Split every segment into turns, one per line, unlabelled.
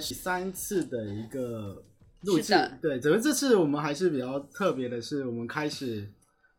三次的一个录
是
制
的，
对，只是这次我们还是比较特别的是，我们开始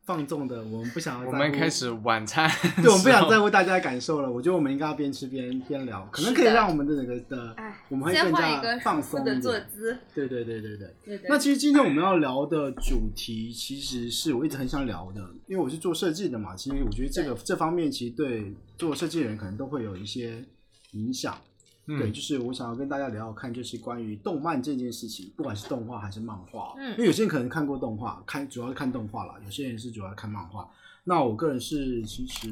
放纵的，我们不想要
我
在
们
乎
开，始晚餐的时候，
对，我们不想在乎大家的感受了。我觉得我们应该要边吃边边聊，可能可以
是的
让我们的整个的
哎，
我们会
先
更
换一个
加放
舒服
松
的
一
坐
点。
姿。
对对对对对。
对对
那其实今天我们要聊的主题，其实是我一直很想聊的，因为我是做设计的嘛。其实我觉得这个这方面，其实对做设计的人可能都会有一些影响。对，
嗯，
就是我想要跟大家聊聊看，就是关于动漫这件事情，不管是动画还是漫画，哦
嗯
因为有些人可能看过动画，看主要是看动画啦，有些人是主要看漫画。那我个人是，其实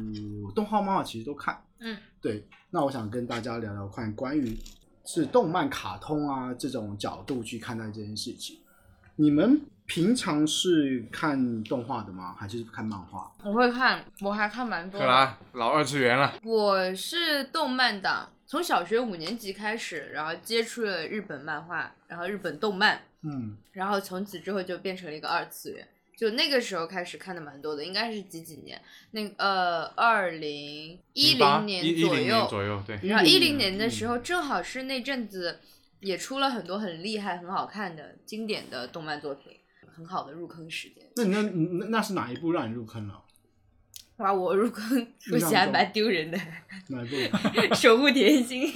我动画、漫画其实都看，
嗯，
对。那我想跟大家聊聊看，关于是动漫、卡通啊这种角度去看待这件事情。你们平常是看动画的吗？还是看漫画？
我会看，我还看蛮多
克
的。
拉老二次元了，
我是动漫党，从小学五年级开始，然后接触了日本漫画，然后日本动漫，
嗯，
然后从此之后就变成了一个二次元。就那个时候开始看的蛮多的，应该是几几年？那个呃，二零一
八
零年
一
左
零
右
年。左右，对，
然后一零
10
年的
嗯
时候，正好是那阵子也出了很多很厉害、很好看的经典的动漫作品，很好的入坑时间。
那你那那那是哪一部让你入坑 了？
哇，我入 坑
印
说
象
起来
中
蛮丢人的，
哪一部？
守护甜心。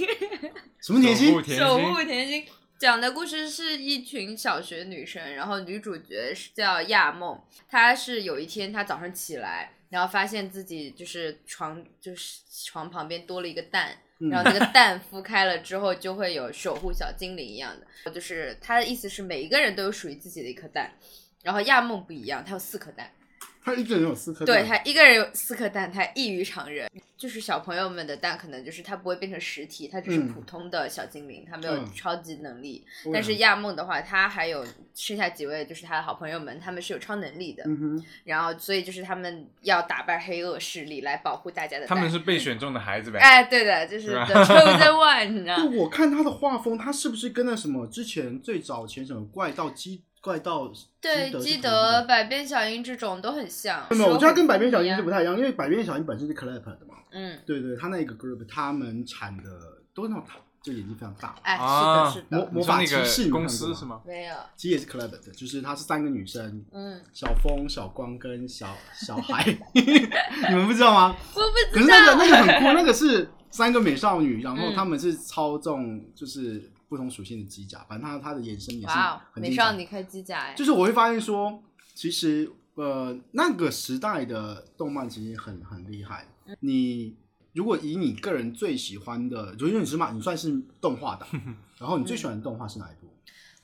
什么年
守
薪
护？ 甜
守
心，
护甜心讲的故事是一群小学女生，然后女主角是叫亚梦，她是有一天她早上起来，然后发现自己就是床就是床旁边多了一个蛋。
嗯
然后那个蛋孵开了之后，就会有守护小精灵一样的，就是她的意思是每一个人都有属于自己的一颗蛋，然后亚梦不一样，她有四颗蛋，
他一个人有四颗
对
蛋。
他一个人有四颗蛋，他异于常人。就是小朋友们的蛋，可能就是它不会变成实体，它只是
嗯
普通的小精灵，它没有
嗯啊
超级能力。
我
但
也
是亚梦的话，他还有剩下几位就是他的好朋友们，他们是有超能力的。
嗯哼，
然后，所以就是他们要打败黑恶势力来保护大家的
他
蛋。
们是被选中的孩子呗，
哎，对的，就是
是吧
The Chosen One，你知道吗？
对，我看他的画风，他是不是跟那什么之前最早前什么怪盗基怪盗
对，基
基
德、
德
百变小樱这种都很像。
是没有，我觉得他跟百变小樱
是
是不太一样，因为百变小樱本身是 CLAP 的嘛，
嗯，
对对，他那个 group 他们产的都是那种就眼睛非常大，
哎，
啊
是的，是
魔
的，
你
魔
说
法
那
骑士
个
你
公
看过
司
吗
是吗？
没有，
其实也是 CLAP 的，就是他是三个女生，
嗯，
小风、小光跟小小海， 你们不知道吗？
我不
可
知
是
道。
那个那个很酷，那个是三个美少 女，然后
嗯
她们是操纵就是不同属性的机甲，反正它它的衍生也是
哇哦，
很
美
精彩
少女开机甲哎，
就是我会发现说，其实呃那个时代的动漫其实很很厉害。
嗯
你如果以你个人最喜欢的，就因为你是嘛，你算是动画 党，然后你最喜欢的动画是哪一部？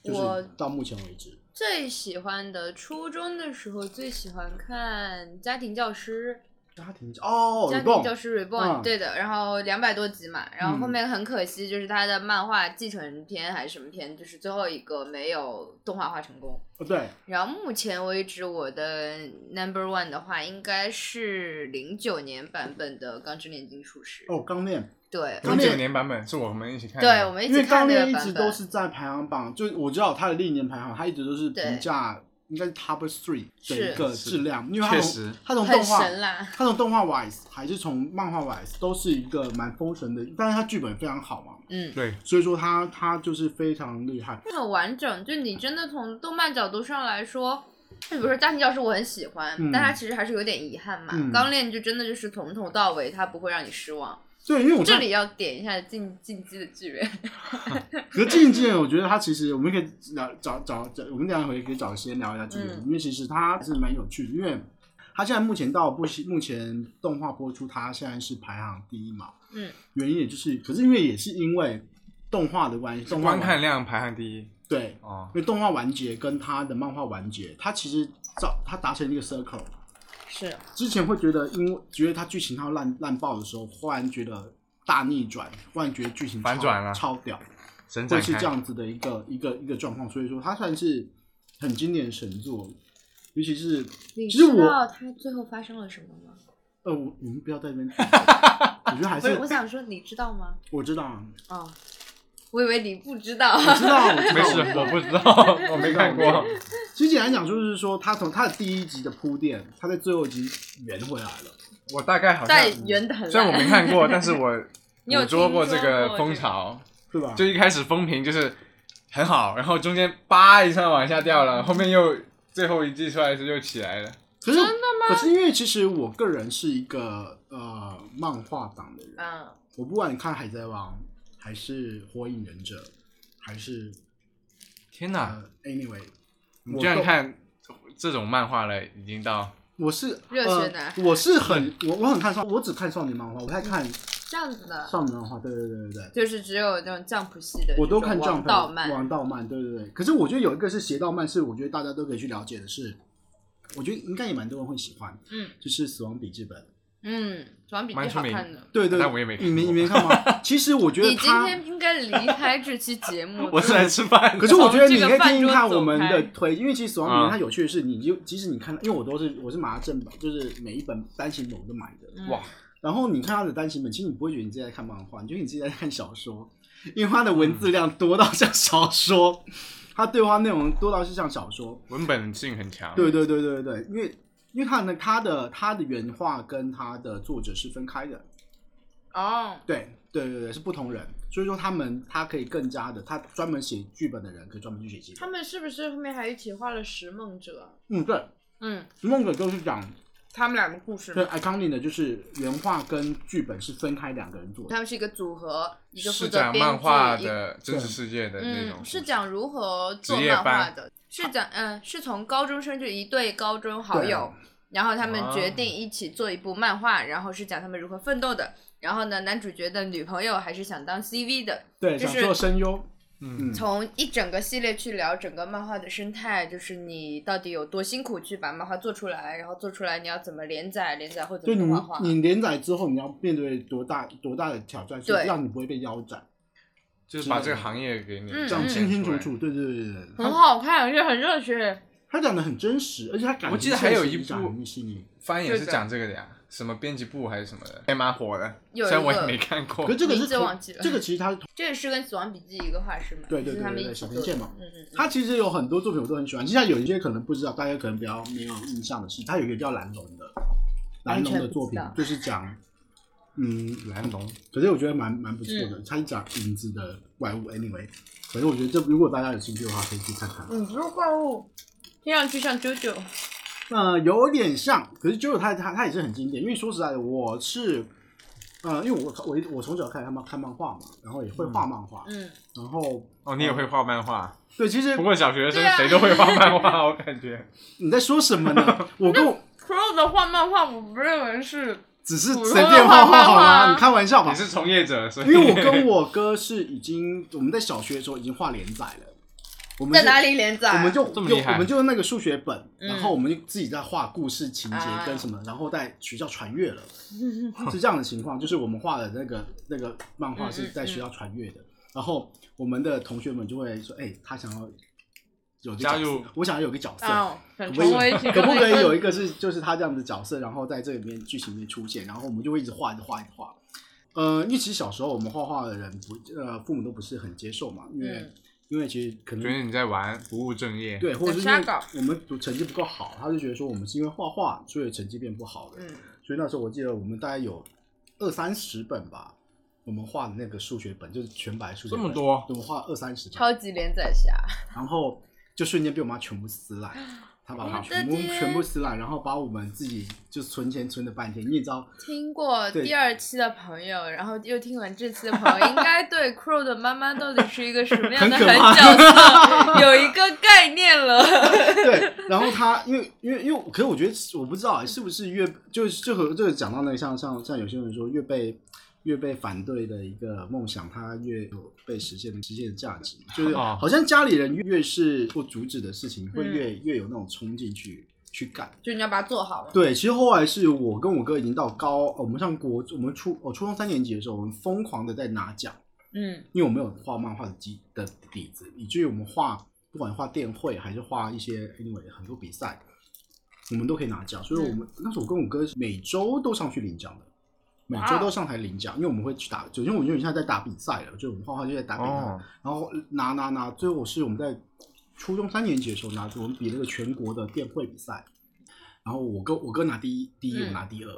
就
我
是到目前为止，
最喜欢的，初中的时候最喜欢看《家庭教师
家庭哦，》，
家
吕
庭
洞
教师 Reborn，、
嗯
对的，然后两百多集嘛，然后后
嗯
面很可惜，就是它的漫画继承篇还是什么篇，就是最后一个没有动画化成功。
哦对，
然后目前为止，我的 number one 的话，应该是零九年版本的《钢之炼金术师》
哦钢炼，
对，
钢
零
炼
九年版本是我们一起看的，
对，我们一
因
起
为
看
钢
那
炼
个
一
版
直
本
都。是在排行榜，就我知道它的历年排行，它一直都是
对
评价应该是 top three
是
的一个质量，因为它
确
从
实
它从
很
动画
神啦，
他从动画 wise 还是从漫画 wise 都是一个蛮丰神的，但是他剧本非常好嘛，
嗯，
对，
所以说他他就是非常厉害。
很完整。就你真的从动漫角度上来说，就比如说《家庭教师》，我很喜欢，
嗯
但它其实还是有点遗憾嘛。
嗯
钢炼》就真的就是从头到尾，它不会让你失望。
对，因为我
这
看
里要点一下进进击的巨人，
可是进阶，我觉得他其实我们可以聊找找找，我们两回可以找时间聊一下这个，
嗯
因为其实他是蛮有趣的，因为他现在目前到不目前动画播出，他现在是排行第一嘛，
嗯，
原因也就是，可是因为也是因为动画的关系，动画
观
完
看量排行第一
对
哦
因，为动画完结跟他的漫画完结，他其实造他达成一个 circle，
是
之前会觉得，因为觉得它剧情它烂烂爆的时候，忽然觉得大逆转，忽然觉得剧情超
反转了
超屌，
神展
会是
开
这，样子的一个一个一个状况。所以说，它算是很经典的神作，尤其是
你
其实
知
我
道它最后发生了什么吗？
呃，我我们不要在这 边，我觉得还
不是，我
是
想说你知道吗？
我知道啊，
哦，我以为你不知道。
我知道啊，我知
没
道
事
我知，道
我不知道，我没看 过，
其实简单讲，就是说它从它的第一集的铺垫，它在最后一集圆回来了。
我大概好像
但圆的很
虽然我
烂，
没看过，但是我
你有
捕捉
听
过这
说
个
过
风
这个
潮，
对吧？
就一开始风评就是很好，然后中间叭一下往下掉了，后面又最后一季出来的时候又起来了。
可是真的吗？可是因为其实我个人是一个呃漫画党的人，
嗯，
我不管你看《海贼王》还是《火影忍者》，还是
天哪，
呃 anyway，
啊你
我
居然
都
看这种漫画了，已经到
我是
热血男孩
呃，我是很我我很看少，我只看少年漫画，我不太看
这样子的，
少女漫画，对对对对对。
就是只有那种 Jump 系的，
我都
这种
看
王
Jump
道漫，
王道漫，对对对。可是我觉得有一个是邪道漫，是我觉得大家都可以去了解的是，我觉得应该也蛮多人会喜欢，
嗯
就是《死亡笔记本》。
嗯，主要笔记好看的。
对对，
啊但我也没看
你没
过
你没看吗？ 其实我觉得
你今
他，
天应该离开这期节目
，我是来吃饭的。
可是我觉得你可
从这
以
个
听听看
饭桌
我们
走
的
开
推，因为其实《死亡笔记本》
嗯
它有趣的是，你就即使你看，因为我都是我是买它正版，就是每一本单行本我都买的。
嗯
哇，
然后你看它的单行本，其实你不会觉得你自己在看漫画，你觉得你自己在看小说，因为它的文字量多到像小说，它对话内容多到是像小说。
文本性很强。
对对对对对，因为因为他的他的他的原画跟他的作者是分开的，
哦，
对对对对，是不同人，所以说他们他可以更加的，他专门写剧本的人可以专门去写剧
他
本。
们是不是后面还一起画了《拾梦者
嗯，对，》？
嗯，
梦者就是讲
他们俩的故事
对
嘛，
accounting 的，就是原画跟剧本是分开两个人做的。
他们是一个组合，一个负
是
责
讲
编
漫
剧
画
一个
的真实世界的那种故
嗯，
事，
是讲如何做
职业
漫画
班
的，是讲嗯，是从高中生就一对高中好友，然后他们
啊
决定一起做一部漫画，然后是讲他们如何奋斗的。然后呢，男主角的女朋友还是想当 CV 的，
对，
就
想
是
做声优，
嗯
嗯
从一整个系列去聊整个漫画的生态，就是你到底有多辛苦去把漫画做出来，然后做出来你要怎么连载，连载后怎
就
么
你
画画。
你连载之后，你要面对多大多大的挑战，是
对
让你不会被腰斩，
就是把这个行业给你
嗯
讲
展现
清清楚
出来
楚。对对对对对，
很
他
好看，而且很热血。
他讲的很真实，而且他感
我记得还有一部
部细腻。
翻译也
对
是
的
讲这个的呀，什么编辑部还是什么的，还蛮火的。
有一
虽然我也
个
没看过
可，是这个
名
是
字
同
忘记了
这个其实它
这个是跟《死亡笔记》一个画师嘛？
对对
就是
对
他们
对
一
对
起
小田
做
健
的
嘛
嗯嗯嗯。
它其实有很多作品我都很喜欢，就像有一些可能不知道，大家可能比较没有印象的是，它有一个叫蓝龙的，蓝
完全
龙的作品
不知道
就是讲，嗯，
蓝龙
可是我觉得蛮蛮不错的，
嗯
它是讲影子的怪物，anyway，可是我觉得这如果大家有兴趣的话，可以去看看。
嗯你不是怪物，听上去像啾啾。
呃，有点像，可是就是它它它也是很经典，因为说实在的，我是。呃，因为我我我从小开始看漫看漫画嘛，然后也会画漫画，
嗯，
然后
哦，你也会画漫画？
对，其实
不过小学生
对啊
谁都会画漫画，我感觉。
你在说什么 呢？我跟我
Pro 的画漫画，我不认为是
只是
普通
随便画画 好
画画
吗？
啊
你开玩笑吧
你？是从业者，所以
因为我跟我哥是已经我们在小学的时候已经画连载了，我们
在
是
哪里连载？
我们就
这么
就
厉害
我们就那个数学本，
嗯
然后我们就自己在画故事情节
啊
跟什么，然后在学校传阅 了，是这样的情况。就是我们画的那个那个漫画
嗯
是在学校传阅的，然后我们的同学们就会说：“哎、他想要有这个角色
加入，
我想要有个角色。
哦，想
可不
成
可以
为其中
可不可以有一
一
个是就是他这样的角色，然后在这里面剧情里面出现，然后我们就会一直画，一直画，一直画。呃，因为其实小时候我们画画的人不呃父母都不是很接受嘛，因为、
嗯
因为其实可
觉
能
得你在玩不务正业。
对，或者是因
瞎
为
搞
我们读成绩不够好，他就觉得说我们是因为画画所以成绩变不好的。
嗯
所以那时候我记得我们大概有二三十本吧，我们画的那个数学本就是全白数学
这
本，
么多
我们画二三十本，
超级连载侠？
然后就瞬间被我妈全部撕烂，她把它
啊我的
全部
天
全部撕烂，然后把我们自己就存钱存了半天，你也知道，
听过
对
第二期的朋友，然后又听完这期的朋友， 应该对 Crow 的妈妈到底是一个什么样的
很
狠
可怕
角色有一个概念了。
对，然后她因为因为因为，可是我觉得我不知道是不是越就是这个这个讲到那个像像像有些人说越被。越被反对的一个梦想，它越有被实现的实现的价值，就是
哦
好像家里人越是不阻止的事情，会越越有那种冲劲去去干。
就你要把它做好了。
对，其实后来是我跟我哥已经到高，呃我们上国，我们初哦初中三年级的时候，我们疯狂的在拿奖，
嗯
因为我们有画漫画的基的底子，以至于我们画不管画电绘还是画一些 anyway 很多比赛，我们都可以拿奖。所以我们、那时候我跟我哥是每周都上去领奖的，每周都上台领奖，因为我们会去打，就因为我们有点像在打比赛了，就我们画画就在打比赛，
哦，
然后拿拿拿，最后是我们在初中三年级的时候拿，我们比那个全国的电绘比赛，然后我哥我哥拿第一，第一
嗯
我拿第二，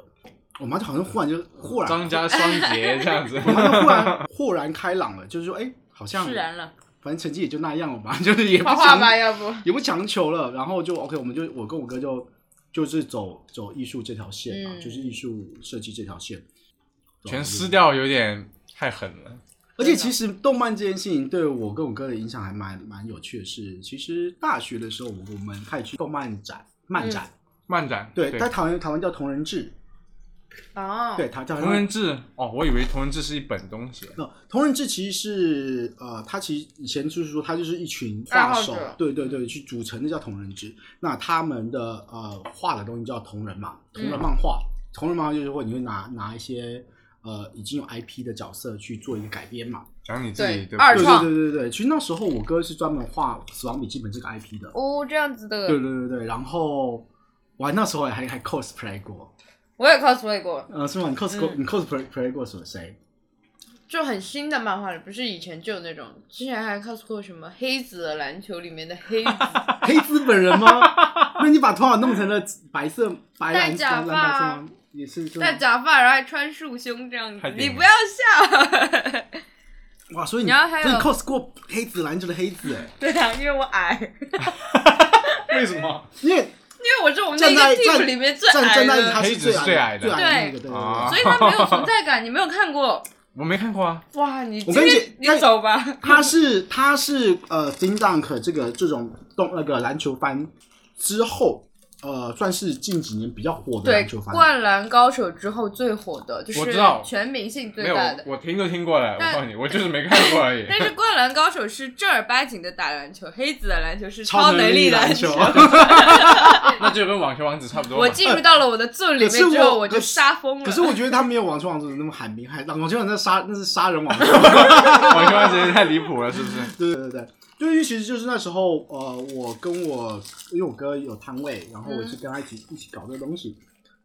我妈就好像忽然就忽然
张家双杰这样 子。
我妈就忽然豁然开朗了，就是说，哎，好像
释然了，
反正成绩也就那样了吧， 就是也不
画画
强
吧，要不
也不强求了，然后就 OK，我们就我跟我哥就就是走走艺术这条线嘛，
嗯
就是艺术设计这条线，
全撕掉有点太狠了。
而且其实动漫这件事情对我跟我哥的影响还蛮蛮有趣的是，其实大学的时候我们开始去动漫展，漫展，
嗯
漫展
对，在台湾台湾叫同人志，
哦，
对，台台湾
同人志哦，我以为同人志是一本东西。
那同人志其实是呃，它其实以前就是说，它就是一群
爱
画
好
手
者，嗯
对对对，去组成的叫同人志。那他们的呃画的东西叫同人嘛，同人
嗯
漫画，同人漫画就是会你会拿拿一些呃已经有 IP 的角色去做一个改编嘛。
讲你自己
对
的
二
对
创
对对对对，其实那时候我哥是专门画《死亡笔记本》这个 IP 的。
哦，这样子的，
对对对对，然后我还那时候还还 cosplay 过，
我也 cosplay 过，
呃，是吗？你 cos
嗯
你 cosplay 过什么谁？
就很新的漫画了，不是以前就有那种，之前还 cos 过什么黑子的篮球里面的黑 子，
黑子本人 吗？那你把头发弄成了白色、白
戴
蓝、
假
蓝蓝
发
白色吗，也是这
戴
样。
假发，然后还穿束胸这样子
太，
你
顶了
不要笑，
哇，所以你
然后还有
所以你 cos 过黑子篮球的黑子哎，
对啊，因为我矮， 因
为什么？
因为
为我是我们那
站
个
在
team
站
里面最
站
矮
站在他
的，
是最
黑子是最
矮
矮
最
的
矮的那个，对对
啊
对。
所以他没有存在感，你没有 看过，
我没看过啊。
哇，你
我
今
跟你
天
讲
你走吧，
他是他是呃，Ding Dunk 这个这种动那个篮球番之后，呃，算是近几年比较火的
对，
篮球
《
番。
灌篮高手》之后最火的，就
我
是
知道
全民性
没
最
有
大的，。
我听都听过了。我
但
告诉你，我就是没看过而已。
但是《灌篮高手》是正儿八经的打篮球，黑子的篮球是
超
能
力
篮
篮球，
那就跟网球王子差不多吧。
我进入到了我的 zone 里面
可是
之后，
我
我就杀疯了。
可是我觉得他没有网球王子那么喊冰，还网球王子那杀那是杀人网球。
网球王子有点太离谱了，是 不是？
对对对对，就因为其实就是那时候，呃，我跟我因为我哥有摊位，然后
嗯
我是跟他一起、一起搞这个东西。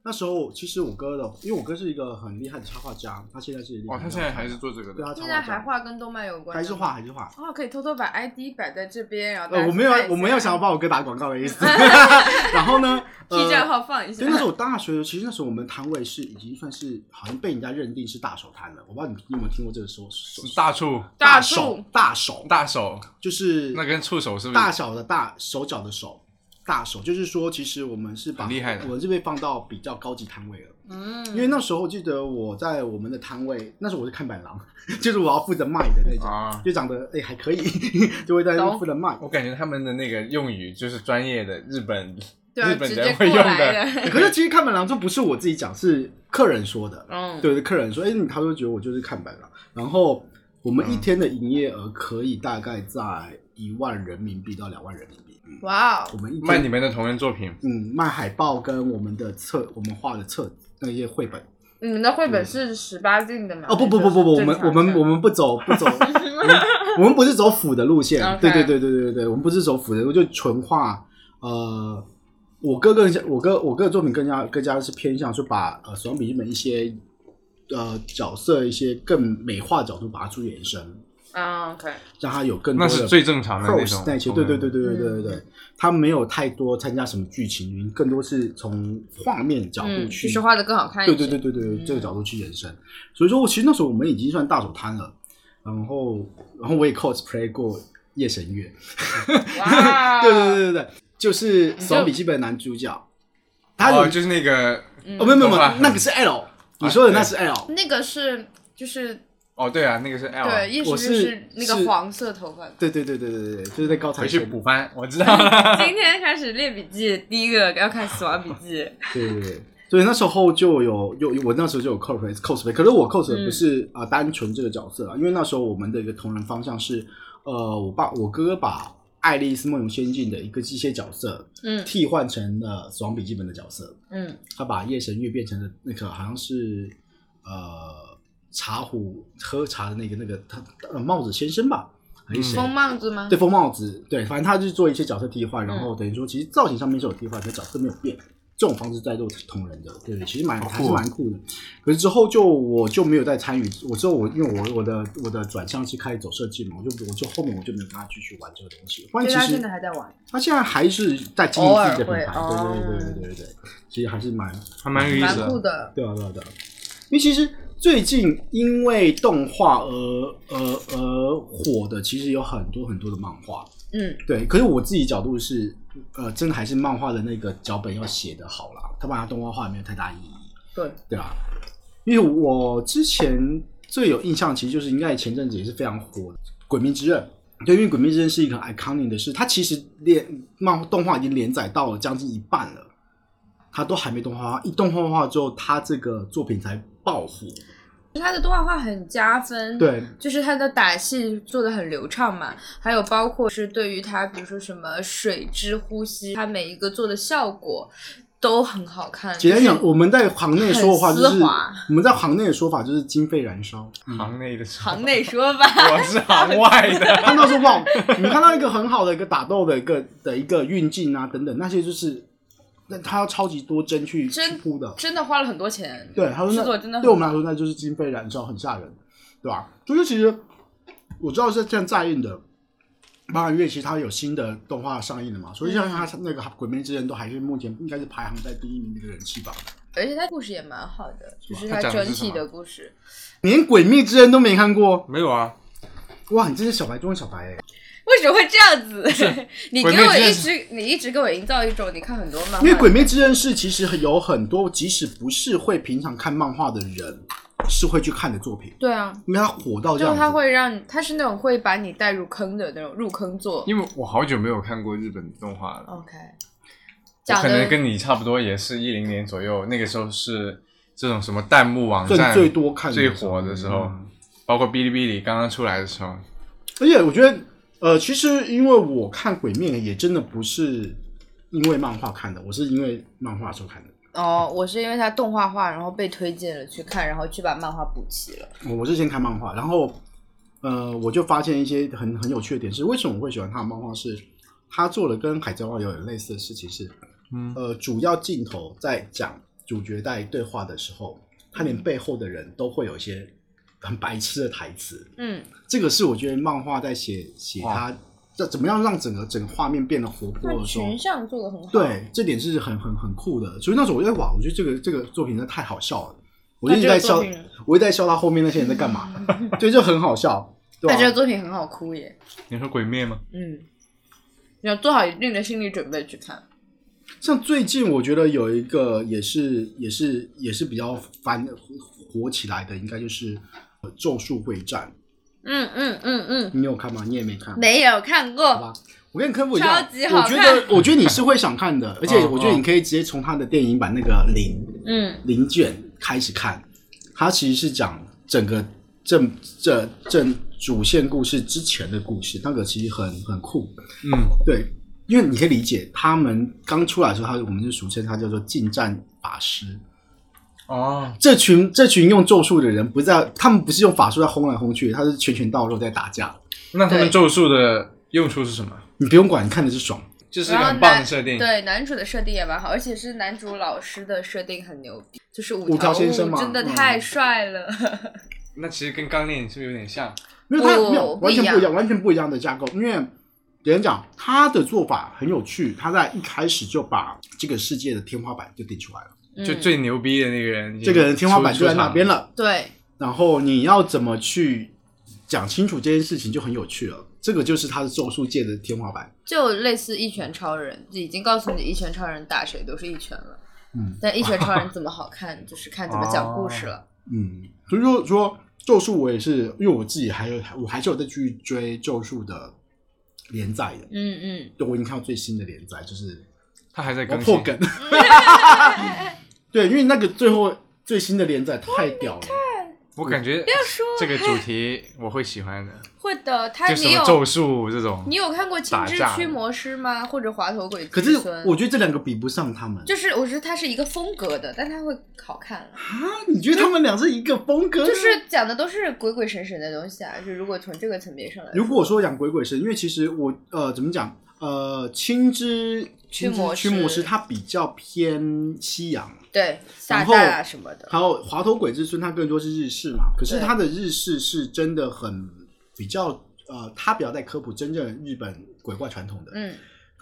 那时候其实我哥的，因为我哥是一个很厉害的插画家，他现在是
哦，他现在还是做这个
对他插
的。
现
画
在
家
还画跟动漫有关，
还是画。还是画。
哦，可以偷偷把 ID 摆在这边，然后大家
呃，我没有
看一下
我没有想要帮我哥打广告的意 思。然后呢，
T 站
呃，
号放一下
所以。那时候我大学，其实那时候我们摊位是已经算是好像被人家认定是大手摊了。我不知道你有没有听过这个说说
大触
大
手
触
大手
大手，
就是
那跟触手是不
大
是？
小的大，手脚的手，大手就是说，其实我们是把
很厉害的
我们是被放到比较高级摊位了。因
嗯，
为那时候我记得我在我们的摊位，那时候我是看板郎， 就是我要负责卖的那种，
啊
就长得哎、还可以， 就会在那边负责卖。
我感觉他们的那个用语就是专业的日本
对啊，
日本
直接
人
过
会用
来
的。
的。
可是其实看板郎这不是我自己讲，是客人说的。
嗯，
对，客人说，哎、你他就觉得我就是看板郎。然后我们一
嗯
天的营业额可以大概在一万人民币到两万人民币。嗯，
哇哦
我，们一天
卖你们的同人作品，
嗯，卖海报跟我们的册，我们画的册那些绘本。
你们的绘本是十八禁的吗？
嗯哦，不不不不不，我
还
们
是
我们我们不走不 走，我们我们不是走腐的路线。
OK
对对对对对对，我们不是走腐的，我就纯画。呃，我哥更像我哥我哥的作品更加更加是偏向说把呃《死亡笔记本》一些呃角色一些更美化角度把它做延伸，
啊 OK，
让它有更多
那
的
是最正常的那
close
种。
那些，对对对对对对对
嗯
对，他没有太多参加什么剧情，更多是从画面角度
嗯，
去
就是画的更好看一
对
些。
对对对对，对这个
嗯
角度去延伸。所以说，其实那时候我们已经算大手摊了，然后然后我也 cosplay 过夜神月，
哇，
对对对对对，就是《
就
死亡笔记本》男主角，他有、
哦，就是那个
哦没有没有没
头
有
发，
那个是 L，你说的那是 L，、
嗯那个是就是
哦，对啊，那个是 L 啊。
对，叶
我
时
是
是那个
是
黄色头发。
对对对对对对，就是在高材
回去
生，
补番，我知道 了。
今天开始列笔记，第一个要看《死亡笔记》
对对对。所以那时候就有有我那时候就有 cosplay cosplay，可是我 cos 的不是啊、呃单纯这个角色啊，因为那时候我们的一个同人方向是，呃，我爸我哥哥把《爱丽丝梦游仙境》的一个机械角色，
嗯。
替换成了《死亡笔记本》的角色，
嗯
他把夜神月变成了那个好像是呃茶壶喝茶的那个那个他呃帽子先生吧，还是谁？啊
风帽子吗？
对，风帽子，对，反正他就是做一些角色替换，然
嗯
后等于说其实造型上面是有替换，但角色没有变。这种方式在做同人的，对，其实蛮
好酷哦
还是蛮酷的。可是之后就我就没有再参与，我之后我因为我我的我的转向是开始走设计嘛，我就我就后面我就没有跟他继续玩这个东西。不然
对
其
他
实
现在还在玩，
他现在还是在经营自己的品牌，
偶尔会嗯
对对对对对对对，其实还是蛮
还蛮有意
蛮
思的
酷。的。
对啊对啊对啊，因为其实最近因为动画而而而火的，其实有很多很多的漫画。
嗯，
对，可是我自己角度是，呃，真的还是漫画的那个脚本要写的好啦，它把它动画化也没有太大意义。
对，
对啊，因为我之前最有印象，其实就是应该前阵子也是非常火的《鬼灭之刃》。对，因为《鬼灭之刃》是一个很 iconic 的事，它其实连漫动画已经连载到了将近一半了，它都还没动画化。一动画化之后，它这个作品才爆火。
他的动画化很加分。。
对，
就是他的打戏做的很流畅嘛，还有包括是对于他，比如说什么水之呼吸，他每一个做的效果都很好看。
简单
就是
讲，我们在行内说的话就
很
是
丝滑，
我们在行内的说法就是经费燃烧。嗯
行内的 说
行内说吧，
我是行外 的，
看到说哇，你看到一个很好的一个打斗的一个的一个运镜啊等等，那些就是那他要超级多针去去
真
铺的。
真的花了很多钱。
对，他说
制作
那
真的很
对我们来说那就是经费燃烧，很吓人，对吧？就是其实我知道是这样在印的，八个月其实它有新的动画上映了嘛，所以像它那个《鬼灭之刃》都还是目前应该是排行在第一名的一个人气吧。
而且他故事也蛮好的，就是
他
他
讲的
整
是
体
什么
的故事。
连《鬼灭之刃》都没看过，
没有啊，
哇！你真是小白中的小白哎、
为什么会这样子？你
鬼
给
灭
我
之刃
一直，你一直给我营造一种你看很多漫画，
因为《鬼灭之刃》是其实有很多即使不是会平常看漫画的人是会去看的作品，
对啊，
因为它火到这
就
样
是
子。
他会让他是那种会把你带入坑的那种入坑作。
因为我好久没有看过日本动画了，
OK，
我
讲
可能
的
跟你差不多，也是一零年左右，那个时候是这种什么弹幕网站
最最多看的
最火的时候，
嗯
包括哔哩哔哩刚刚出来的时候，
而且我觉得，呃，其实因为我看《鬼灭》也真的不是因为漫画看的，我是因为漫画时候看的。
哦，我是因为他动画化，然后被推荐了去看，然后去把漫画补齐了。
我我是先看漫画，然后，呃，我就发现一些很很有趣的点是，为什么我会喜欢他的漫画是？他做了跟《海贼王》有点类似的事情是，
嗯，
呃，主要镜头在讲主角在对话的时候，他连背后的人都会有一些很白痴的台词，
嗯，
这个是我觉得漫画在写写它这怎么样让整个整个画面变得活泼
那
的时候，
群像做的很好。，
对，这点是很很很酷的。所以那时候我就在哇，我觉得这个这个作品真的太好笑了，我就一直在
啊那这个
笑
作品，
我一直在笑他后面那些人在干 嘛，对，就很好笑，对啊
他这个
吧？
作品很好哭耶。
你说鬼灭吗？
嗯，你要做好一定的心理准备去看。
像最近我觉得有一个也是也是也是比较翻火起来的，应该就是呃《咒术回战》，
嗯嗯嗯嗯，
你有看吗？你也没看，
没有看
好
过。
吧？我跟你科普一下，
超级好
我觉
看哦
得我觉得你是会想看的，而且我觉得你可以直接从他的电影版那个零
嗯，
零卷开始看，它其实是讲整个正这正主线故事之前的故事，那个其实很很酷。
嗯，
对，因为你可以理解，他们刚出来的时候，他我们就俗称他叫做近战法师。
哦，
这群这群用咒术的人不在，他们不是用法术在轰来轰去，他是拳拳到肉在打架。
那他
对
们咒术的用处是什么？
你不用管，你看的是爽。
就是一
然
个
后
很棒
男
的设定，
对男主的设定也蛮好，而且是男主老师的设定很牛逼，就是五
五条先
悟
生嘛
真的
嗯
太帅了。
那其实跟钢炼是不是有点像？
没有，他
不
没有
不
完全
一
不一
样
样，完全不一样的架构。因为别人讲他的做法很有趣，他在一开始就把这个世界的天花板就定出来了，
就
嗯
最牛逼的那个人已经出，
这个人天花板就在那边
了。
了。
对，
然后你要怎么去讲清楚这件事情就很有趣了。这个就是他的咒术界的天花板。
就类似一拳超人，已经告诉你一拳超人打谁都是一拳了。
嗯
但一拳超人怎么好看，就是看怎么讲故事了。
嗯，所以说说咒术，我也是因为我自己还有我还是有在去追咒术的连载的。
嗯嗯，
对，我已经看到最新的连载，就是
他还在
我
更新
破， 梗。对，因为那个最后最新的连载太屌了。
我感觉
不要说
这个主题我会喜欢的，
会的。他
就什
你
么
有
咒术这种
你。有看过《青
打
之
架
驱魔师》吗？或者《滑头鬼
可
之
是
孙》？
我觉得这两个比不上他们。
就是我觉得它是一个风格的，但它会好看了。
啊，你觉得他们俩是一个风格？
就是讲的都是鬼鬼神神的东西啊。就如果从这个层面上来说，
如果说讲鬼鬼神，因为其实我呃怎么讲呃，青之
驱
青之
魔
驱
师
魔师它比较偏西洋，
对撒
然后
旦啊什么的，
还有滑头鬼之孙它更多是日式嘛，可是
对
它的日式是真的很比较呃，它比较在科普真正日本鬼怪传统的。
嗯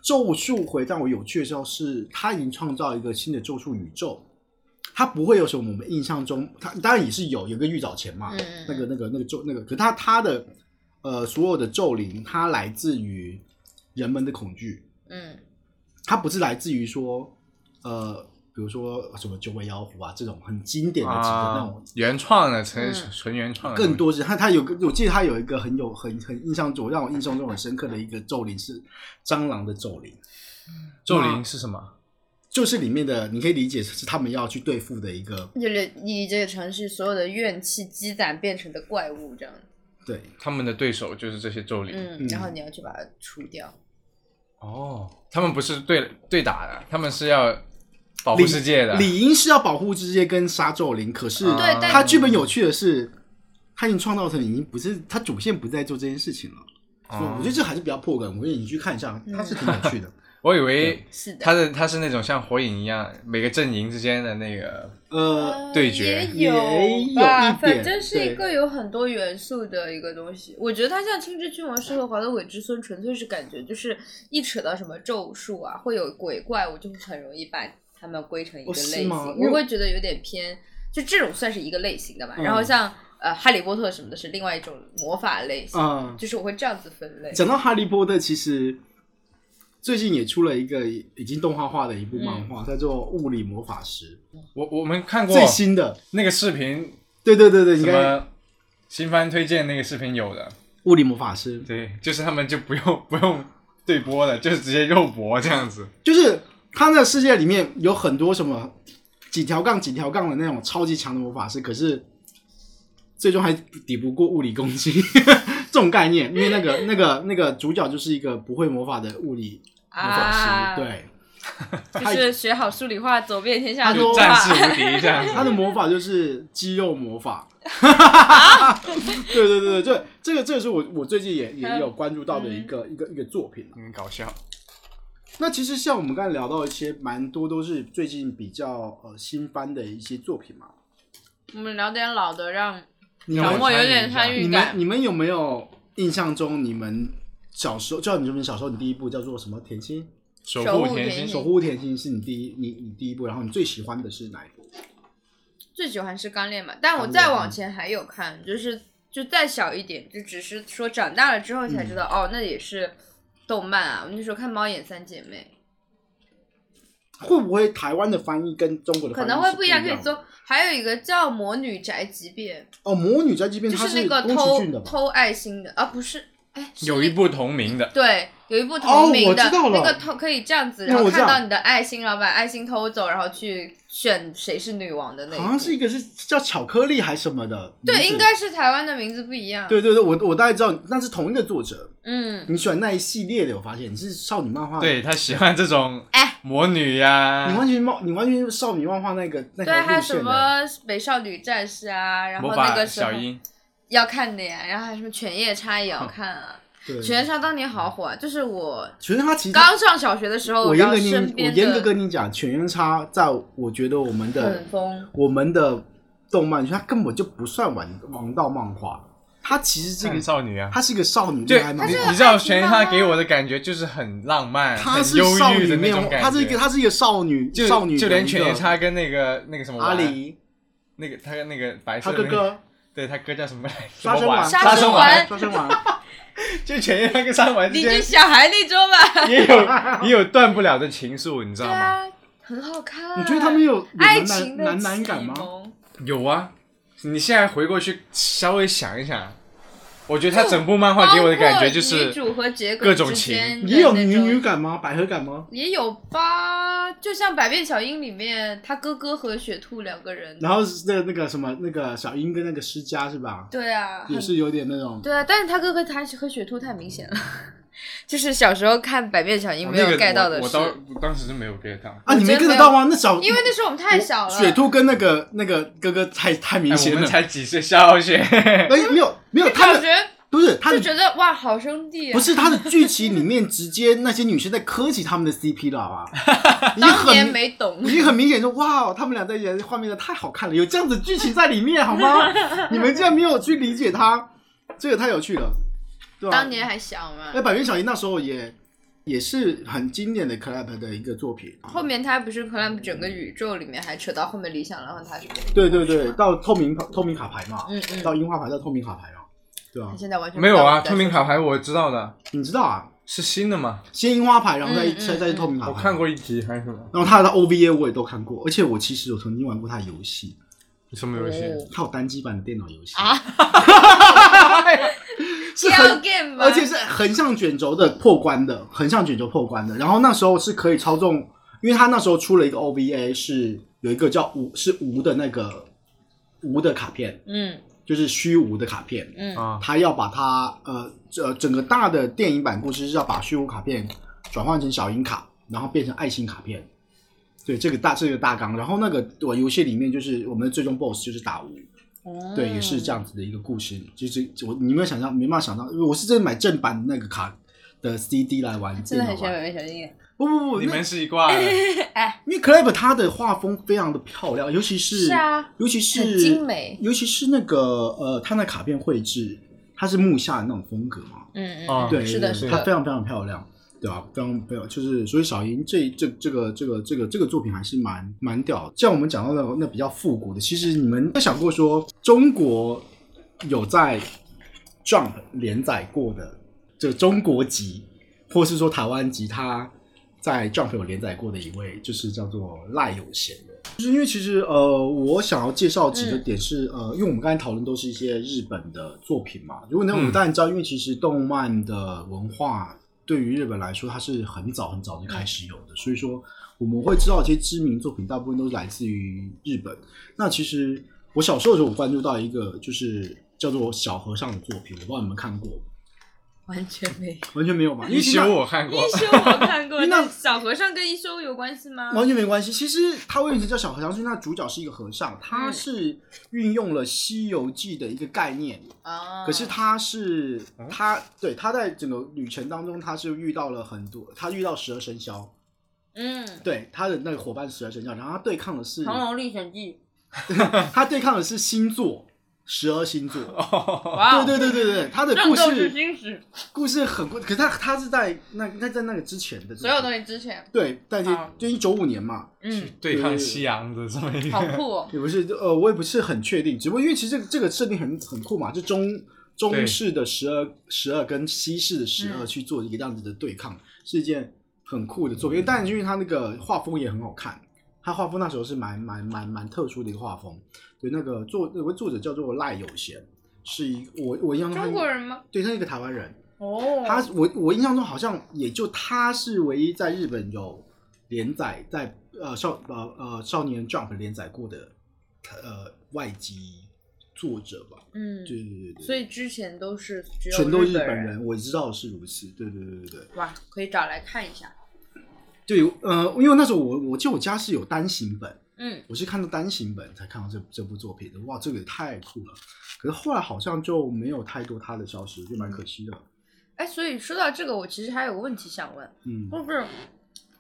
咒术回战，我有趣的时候是它已经创造一个新的咒术宇宙，它不会有什么我们印象中，它当然也是有有个玉藻前嘛，
嗯嗯
那个那个那个咒那个，可它它的呃所有的咒灵，它来自于人们的恐惧，
嗯
它不是来自于说呃比如说什么九尾妖狐啊这种很经典的几个那
啊
种，
原创的，纯
嗯
纯原创的东西，
更多是它它有个，我记得它有一个很有很很印象中让我印象中很深刻的一个咒灵是蟑螂的咒灵，
咒灵是什么？
就是里面的你可以理解是他们要去对付的一个
就是你这个城市所有的怨气积攒变成的怪物这样，
对，
他们的对手就是这些咒灵。
嗯，然后你要去把它除掉。
哦，他们不是对对打的，他们是要保护世界的。啊
理应是要保护之界跟杀咒灵，可是
对但
它剧本有趣的是，它已经创造成已经不是它主线不再做这件事情了。所以
哦
我觉得这还是比较破梗，我建议你去看一下，它是挺有趣的。
我以为
是的，
他的他是那种像火影一样，每个阵营之间的那个
呃，
对决
也有吧，
也有一点
反正是一个
对
有很多元素的一个东西。我觉得它像《青之驱魔师》和《华德鬼之孙》，纯粹是感觉就是一扯到什么咒术啊，会有鬼怪，我就很容易把它们归成一个
哦
类
是
型，
吗因为
我会觉得有点偏，就这种算是一个类型的吧。
嗯
然后像呃《哈利波特》什么的是另外一种魔法类型，
嗯，
就是我会这样子分类。
讲到哈利波特，其实最近也出了一个已经动画化的一部漫
嗯
画，叫做《物理魔法师
我我们看》，过
最新的。
那个视频，
对对对对，应
什
该《
么新番推荐那个视频有的，
物理魔法师》
对，就是他们就不用不用对播了，就是直接肉搏这样子。
就是他那个世界里面有很多什么几条杠几条杠的那种超级强的魔法师，可是最终还抵不过物理攻击这种概念，因为那个那个那个主角就是一个不会魔法的物理魔法师，
啊，，
对，
就是学好数理化，走遍天下
他
无
说
不
战
怕
士无敌这样
他的
子，
魔法就是肌肉魔法。 对对对对，这这个这个是我我最近也也有关注到的一个、
嗯
一个一个作品啊
很嗯搞笑。
那其实像我们刚才聊到一些蛮多都是最近比较呃新番的一些作品嘛，
我们聊点老的，让
你
让
小
我
们
莫有啊点
参与一下
参与
你
感
们。你们有没有印象中你们小时候，就像你们小时候，你第一部叫做什么？甜心，
守
守
护
护
甜
甜
心
心
守护甜心是你第一，你你第一部，然后你最喜欢的是哪一部？
最喜欢是钢炼嘛，但我
钢炼
再往前还有看，就是就再小一点，就只是说长大了之后才知道，
嗯
哦，那也是动漫啊。我那时候看《猫眼三姐妹
会不会台湾的翻译跟中国》，的
可
翻译
能会
是不
不一样，可以
的
搜。还有一个叫《魔女宅急便
哦，《魔女宅急》，便》
就
它
那个
宫崎骏
偷
的吧？
偷爱心的啊，不是，哎，是
有一部同名的，
对，有一部
哦
同名
我
的，
知道了
那个偷可以这样子，
那
然后
我知
看
道
到你的爱心，然后把爱心偷走，然后去选谁是女王的那一部。
好像是一个是叫巧克力还是什么的名字，
对，应该是台湾的名字不一样。
对对对，我我大概知道，那是同一个作者。
嗯，
你喜欢那一系列的，我发现你是少女漫画，，
对他喜欢这种
哎
魔女呀、
你完全冒，你完全是少女漫画那个那
对，
条
还有
路
什
线的。
么美少女战士啊，然后
魔
那
法
个什
小
么
樱，
要看的呀，然后还有什么犬夜叉也要看啊。
对，
犬夜叉当年好火，啊，就是我
其实他其实
刚上小学的时候，
我严
然后
格跟你，
身
我
边
严格
的嗯
跟你讲，《犬夜叉》在我觉得我们的
很疯，
我们的动漫，它根本就不算王王道漫画，它其实这
这
个
个少女啊，
它是一个少女
就
恋爱漫
你
画
你，知道
爱情
全
漫
他
画
给我的感觉就是很浪漫、
它
很
是
忧
少
郁
女
的那
恋
种
画，
感觉。
它是一个它是一个少女
就
少女的一个，
就连犬夜叉跟那个那个什么
阿
丸，
狸，
那个他跟那个白
他
色
哥
的、那个，
哥
对他哥叫什么来？
杀
什
生
么
丸，
丸？
杀
杀
生
生
丸
丸，
杀生丸，
就犬夜叉跟三丸之
你就
间
小孩那种吧。
也有 也有断不了的情愫，你知
对
道吗？
啊，很好看。
你觉得他们有有
爱
男
情
男
的
男男感
启
吗？
蒙
有啊，你现在回过去稍微想一想，我觉得他整部漫
包
画给我的感
括
觉就
女
是
主和杰
各种
之
情
间的
也有
那
女
种
女感吗？百合感吗？
也有吧，就像《百变小樱》里面，他哥哥和雪兔两个人，
然后是那个那个什么那个小樱跟那个施佳是吧？
对啊，
也
很
是有点那种，
对啊，但是他哥哥他和雪兔太明显了， 就是小时候看《百变小樱》
哦
我
没有
那个
get 到的
我我
是，
当我当时是没有 get 到。
啊，你没
我觉得
get 到吗？那小
因为那时候我们太小了，
雪兔跟那个那个哥哥太太明
哎
显
我
了
们，才几岁，小 学。
哎，没有没有，他
小
的
学
不是他
就
的
觉得哇，好兄弟、啊，
不是他的剧情里面直接那些女生在磕起他们的 CP 了啊， 已经
当年
很
没懂
已，经很明显说哇，哦他们俩在一起画面的太好看了，有这样子剧情在里面好 吗？你们竟然没有去理解它，这个太有趣了，对吧？哎
当年还小嘛
呃那，百变小樱那时候也也是很经典的 Clap 的一个作品。啊
后面他不是 Clamp 整个宇宙里面还扯到后面理想，然后他是
对对对，到透明透明卡牌嘛，
嗯嗯，
到樱花牌到透明卡牌嘛，对啊
他，现在完全
没有 啊，
不知道
透
我们在
明卡牌我知道的，
你知道啊，
是新的嘛？
先樱花牌，然后再
嗯嗯
再再
嗯
透明卡牌。
我看过一集还是什么？
然后他的 OVA 我也都看过，而且我其实有曾经玩过他的游戏，
什么游戏？
哦
他有单机版的电脑游戏
啊，
哎是
Shell
很，
哦 game 吧，
而且是横向卷轴的破关的，横向卷轴破关的。然后那时候是可以操纵，因为他那时候出了一个 OVA，是有一个叫无是无的那个无的卡片，
嗯
就是虚无的卡片。
嗯
啊，
他要把它呃这整个大的电影版故事是要把虚无卡片转换成小樱卡，然后变成爱心卡片。对，这个大这个大纲，然后那个我游戏里面就是我们的最终 BOSS 就是打无，
哦
对，也是这样子的一个故事，就是我你没有想到，没办法想到，我是真的买正版那个卡的 CD 来玩，
真的很喜欢
玩。
百变小樱 耶，
不不不，
你
那
们是一 挂的。
哎，
因为 Clap 它的画风非常的漂亮，尤其是
是啊
尤其是
很精美
尤其是那个呃，它那卡片绘制，它是木下的那种风格嘛，
嗯嗯，
哦
嗯
啊对，
是的，
对
是
它非
的，
常非常漂亮，对吧、非常非常就是，所以小樱这这这个这个这个这个作品还是蛮蛮屌的。像我们讲到的那比较复古的，其实你们有想过说中国有在 Jump 连载过的，就中国籍，或是说台湾籍，它在 Jump 有连载过的一位，就是叫做赖有贤的。就是因为其实呃，我想要介绍几个
嗯
点是、呃，因为我们刚才讨论都是一些日本的作品嘛。如果那我
嗯
们当然知道，因为其实动漫的文化对于日本来说，它是很早很早就开始有的，所以说我们会知道这些知名作品大部分都是来自于日本。那其实我小时候的时候，我关注到一个就是叫做小和尚的作品，我不知道你们看过，
完全没有。
完全没有吧？因
一
为其实
休我看过
一，休我看过，
那
那小和尚跟一休有关系吗？
完全没关系。其实他为什么叫小和尚？是因为他主角是一个和尚，他是运用了《西游记》的一个概念，
啊，
可是他是
哦
他对他在整个旅程当中，他是遇到了很多，他遇到十二生肖，
嗯，
对他的那个伙伴十二生肖，然后他对抗的是
《唐龙历险记
他对抗的是星座，十二星座。》
哇哦，
对对对对对，他的
战
故
斗是
事
星矢，
故事很过，可是他他是在那那在那个之前的
所有东西之前，
对，但是
啊
就一九五年嘛，
嗯，
对抗西洋的这么一
好
个，
酷哦，
也不是，呃，我也不是很确定，只不过因为其实这个这个设定很很酷嘛，就中中式的十二十二跟西式的十二
嗯
去做一个这样子的对抗，是一件很酷的作品。但因为它那个画风也很好看，它画风那时候是蛮蛮蛮蛮特殊的一个画风。对，那个作有个作者叫做赖有贤，是一我我印象中他
中国，人吗？
对，他是一个台湾人。
哦，
嗯他我我印象中好像也就他是唯一在日本有连载在呃少呃呃少年 Jump 连载过的呃外籍作者吧？
嗯
对，对对对，
所以之前都是只有
全都
日
日本
人，
人，我知道是如此。对对对对对
哇，可以找来看一下，
对，呃，因为那时候我我记得我家是有单行本，
嗯，
我是看到单行本才看到这这部作品的，哇，这个也太酷了。可是后来好像就没有太多他的消息，就蛮可惜的。
哎，所以说到这个，我其实还有个问题想问，
嗯，
就是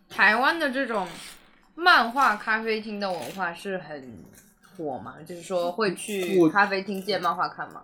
台湾的这种漫画咖啡厅的文化是很火吗？就是说会去
我
咖啡厅借漫画看吗？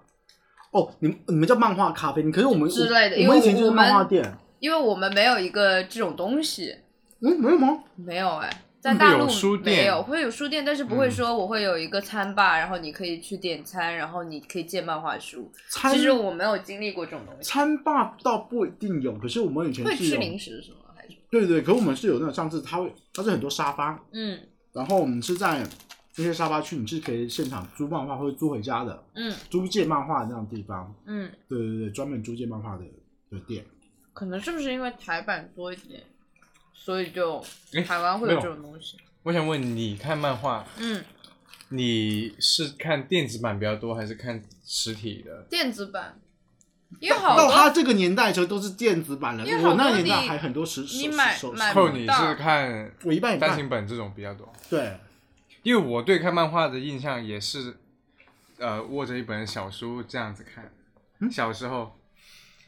哦，你们你们叫漫画咖啡，可是我们
之类的
我
因为
们以前就是
我们
漫画店。
因为我们没有一个这种东西，
嗯，没有吗？
没有哎，在大陆
有书店
没有会有书店，但是不会说我会有一个餐吧，然后你可以去点餐，然后你可以借漫画书。
餐
其实我没有经历过这种东西，
餐霸倒不一定有，可是我们以前
会
是
吃
有，
零食什么还是？
对对，可我们是有那种上次它会它是很多沙发，
嗯
然后我们是在这些沙发区，你是可以现场租漫画或者租回家的，
嗯
租借漫画的那种地方，
嗯，
对对对，专门租借漫画的的店。
可能是不是因为台版多一点，所以就
哎
台湾会
没
有
有
这种东西。
我想问你看漫画，
嗯，
你是看电子版比较多，还是看实体的？
电子版，因为好
到他
多
这个年代的时候都是电子版了，
因为好多
我那年代
你
还很多实
你买买
扣
不
你
到
是看
我一半一
单
半
行，本这种比较多，
对，
因为我对看漫画的印象也是，呃，握着一本小书这样子看。小时候，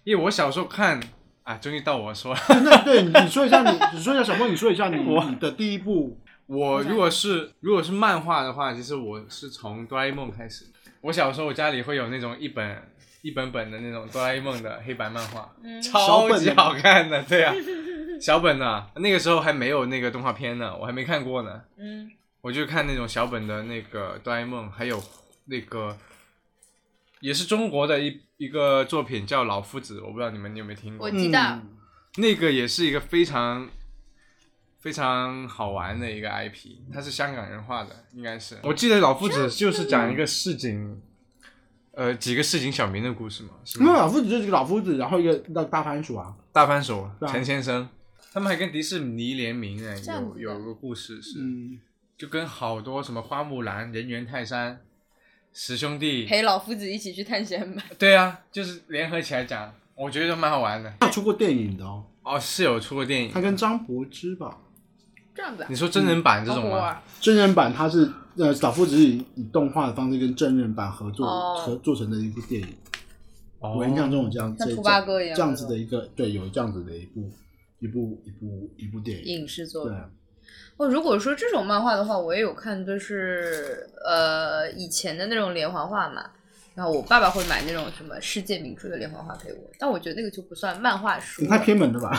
因为我小时候看啊，终于到我说了，
那对你你说一下你，你说一下小莫，你说一下你你的第一部，
我如果是如果是漫画的话，其实我是从哆啦 A 梦开始。我小时候我家里会有那种一本一本本的那种哆啦 A 梦的黑白漫画，
嗯
超级好看的，对啊。小本的，那个时候还没有那个动画片呢，我还没看过呢。
嗯，
我就看那种小本的那个哆啦 A 梦，还有那个也是中国的一一个作品叫《老夫子》，我不知道你们有没有听过
我。知道
嗯
那个也是一个非常非常好玩的一个 IP，它是香港人画的，应该是。我记得《老夫子》就是讲一个市井，呃，几个市井小民的故事嘛，是
那
吗？
老夫子就是个老夫子，然后一个大大番薯啊，
大番手
对啊
陈先生，他们还跟迪士尼联名哎，
这样
有
子的
有个故事是，
嗯，
就跟好多什么花木兰、人猿泰山、十兄弟，
陪老夫子一起去探险吧。
对啊，就是联合起来讲，我觉得蛮好玩的。
他出过电影的哦，
哦，是有出过电影
他，跟张柏芝吧，
这样子啊
你，说真人版这
好
种
好
吗？
玩。
真人版他是呃老夫子是以以动画的方式跟真人版合作、
哦
合做成的一部电影，
哦
我印象中有这样
像
这
兔八哥一样
这样子的一个对，有这样子的一部一部一部一部电影，
影视作
对啊
品。哦，如果说这种漫画的话，我也有看，就是呃以前的那种连环画嘛。然后我爸爸会买那种什么世界名著的连环画给我，但我觉得那个就不算漫画书
你
了。
太 偏门了吧？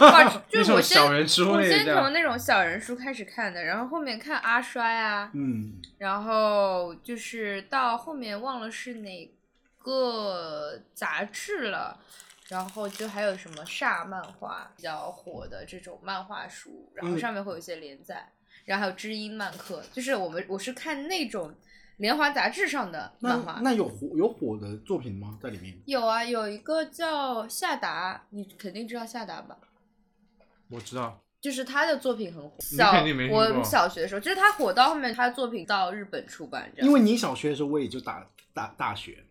哇就
那
是我
种
先
小人书
我
类
先
这样
从那种小人书开始看的，然后后面看阿衰啊，
嗯，
然后就是到后面忘了是哪个杂志了，然后就还有什么煞漫画比较火的这种漫画书，然后
嗯
上面会有一些连载，然后还有知音漫客，就是我们我是看那种连环杂志上的
那
漫画。
那有火有火的作品吗？在里面？
有啊，有一个叫夏达，你肯定知道夏达吧？
我知道，
就是他的作品很火。
你
小
肯定没听过
我小学的时候，就是他火到后面，他的作品到日本出版，这样
因为你小学的时候我也就大大大学，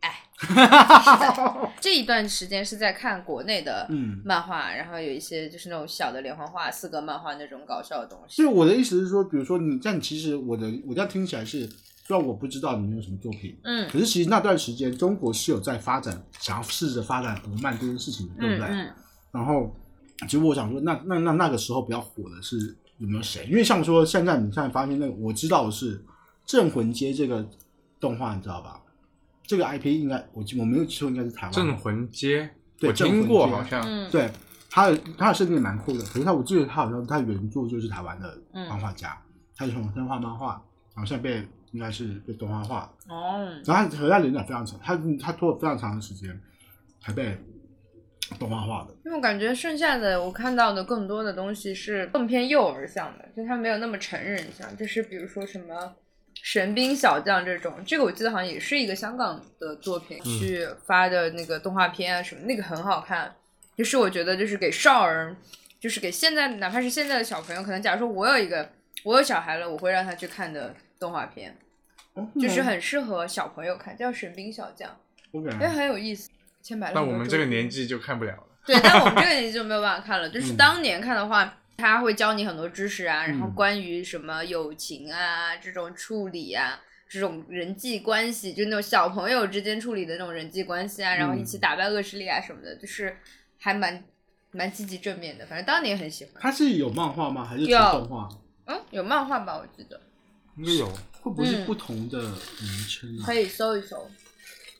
这一段时间是在看国内的
嗯，
漫画，然后有一些就是那种小的连环画、四格漫画那种搞笑的东西
所以。我的意思是说，比如说你这样，其实我的我这样听起来是，虽然我不知道你们有什么作品，
嗯
可是其实那段时间中国是有在发展，想要试着发展动漫这件事情的，对不
嗯
对？
嗯，
然后，其实我想说，那那那那个时候比较火的是有没有谁？因为像说现在你现在发现那个，我知道的是《镇魂街》这个动画，你知道吧？这个 IP 应该我记我没有记错，应该是台湾
《
的。
镇魂街》，
啊对
我听过，
镇
好
魂街
像。
嗯
啊对，他的他的设定也蛮酷的。可是他，我记得他好像他原作就是台湾的
嗯
漫画家，他是从先画漫画，然后现在被应该是被动画化，
哦，
然后他和他连载非常长，他嗯他拖了非常长的时间才被动画化的。
因为我感觉剩下的我看到的更多的东西是更偏幼儿向的，就它没有那么成人向，就是比如说什么。神兵小将这种，这个我记得好像也是一个香港的作品
嗯
去发的那个动画片啊什么，那个很好看。就是我觉得就是给少儿，就是给现在哪怕是现在的小朋友，可能假如说我有一个我有小孩了，我会让他去看的动画片，
哦
就是很适合小朋友看，叫《神兵小将》，
OK，
因为很有意思。千百
那
那
我们这个年纪就看不了了。
对，但我们这个年纪就没有办法看了。就是
嗯
当年看的话，他会教你很多知识啊，然后
嗯
关于什么友情啊、这种处理啊、这种人际关系，就那种小朋友之间处理的那种人际关系啊，然后一
嗯
起打败恶势力啊什么的，就是还蛮蛮积极正面的。反正当年很喜欢。
他是有漫画吗？还是
有
纯动画？
嗯，有漫画吧？我记得
应该有。
会不会是
嗯
不同的名称啊
可？以搜一搜，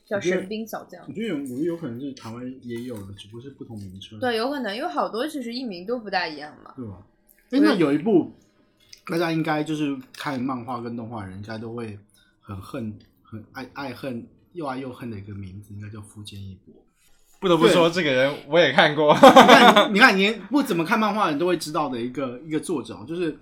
叫
我
《
觉得
神兵小将
我》。觉得有，我觉得有可能是台湾也有的，只不过是不同名称。
对，有可能，因为好多其实译名都不大一样嘛。
对吧？哎，
我
那
也
有一部，大家应该就是看漫画跟动画人，应该都会很恨、很爱爱恨、又爱又恨的一个名字，应该叫福建一博。
不得不说，这个人我也看 过。
你看，你看，连不怎么看漫画的人都会知道的一个一个作者哦，就是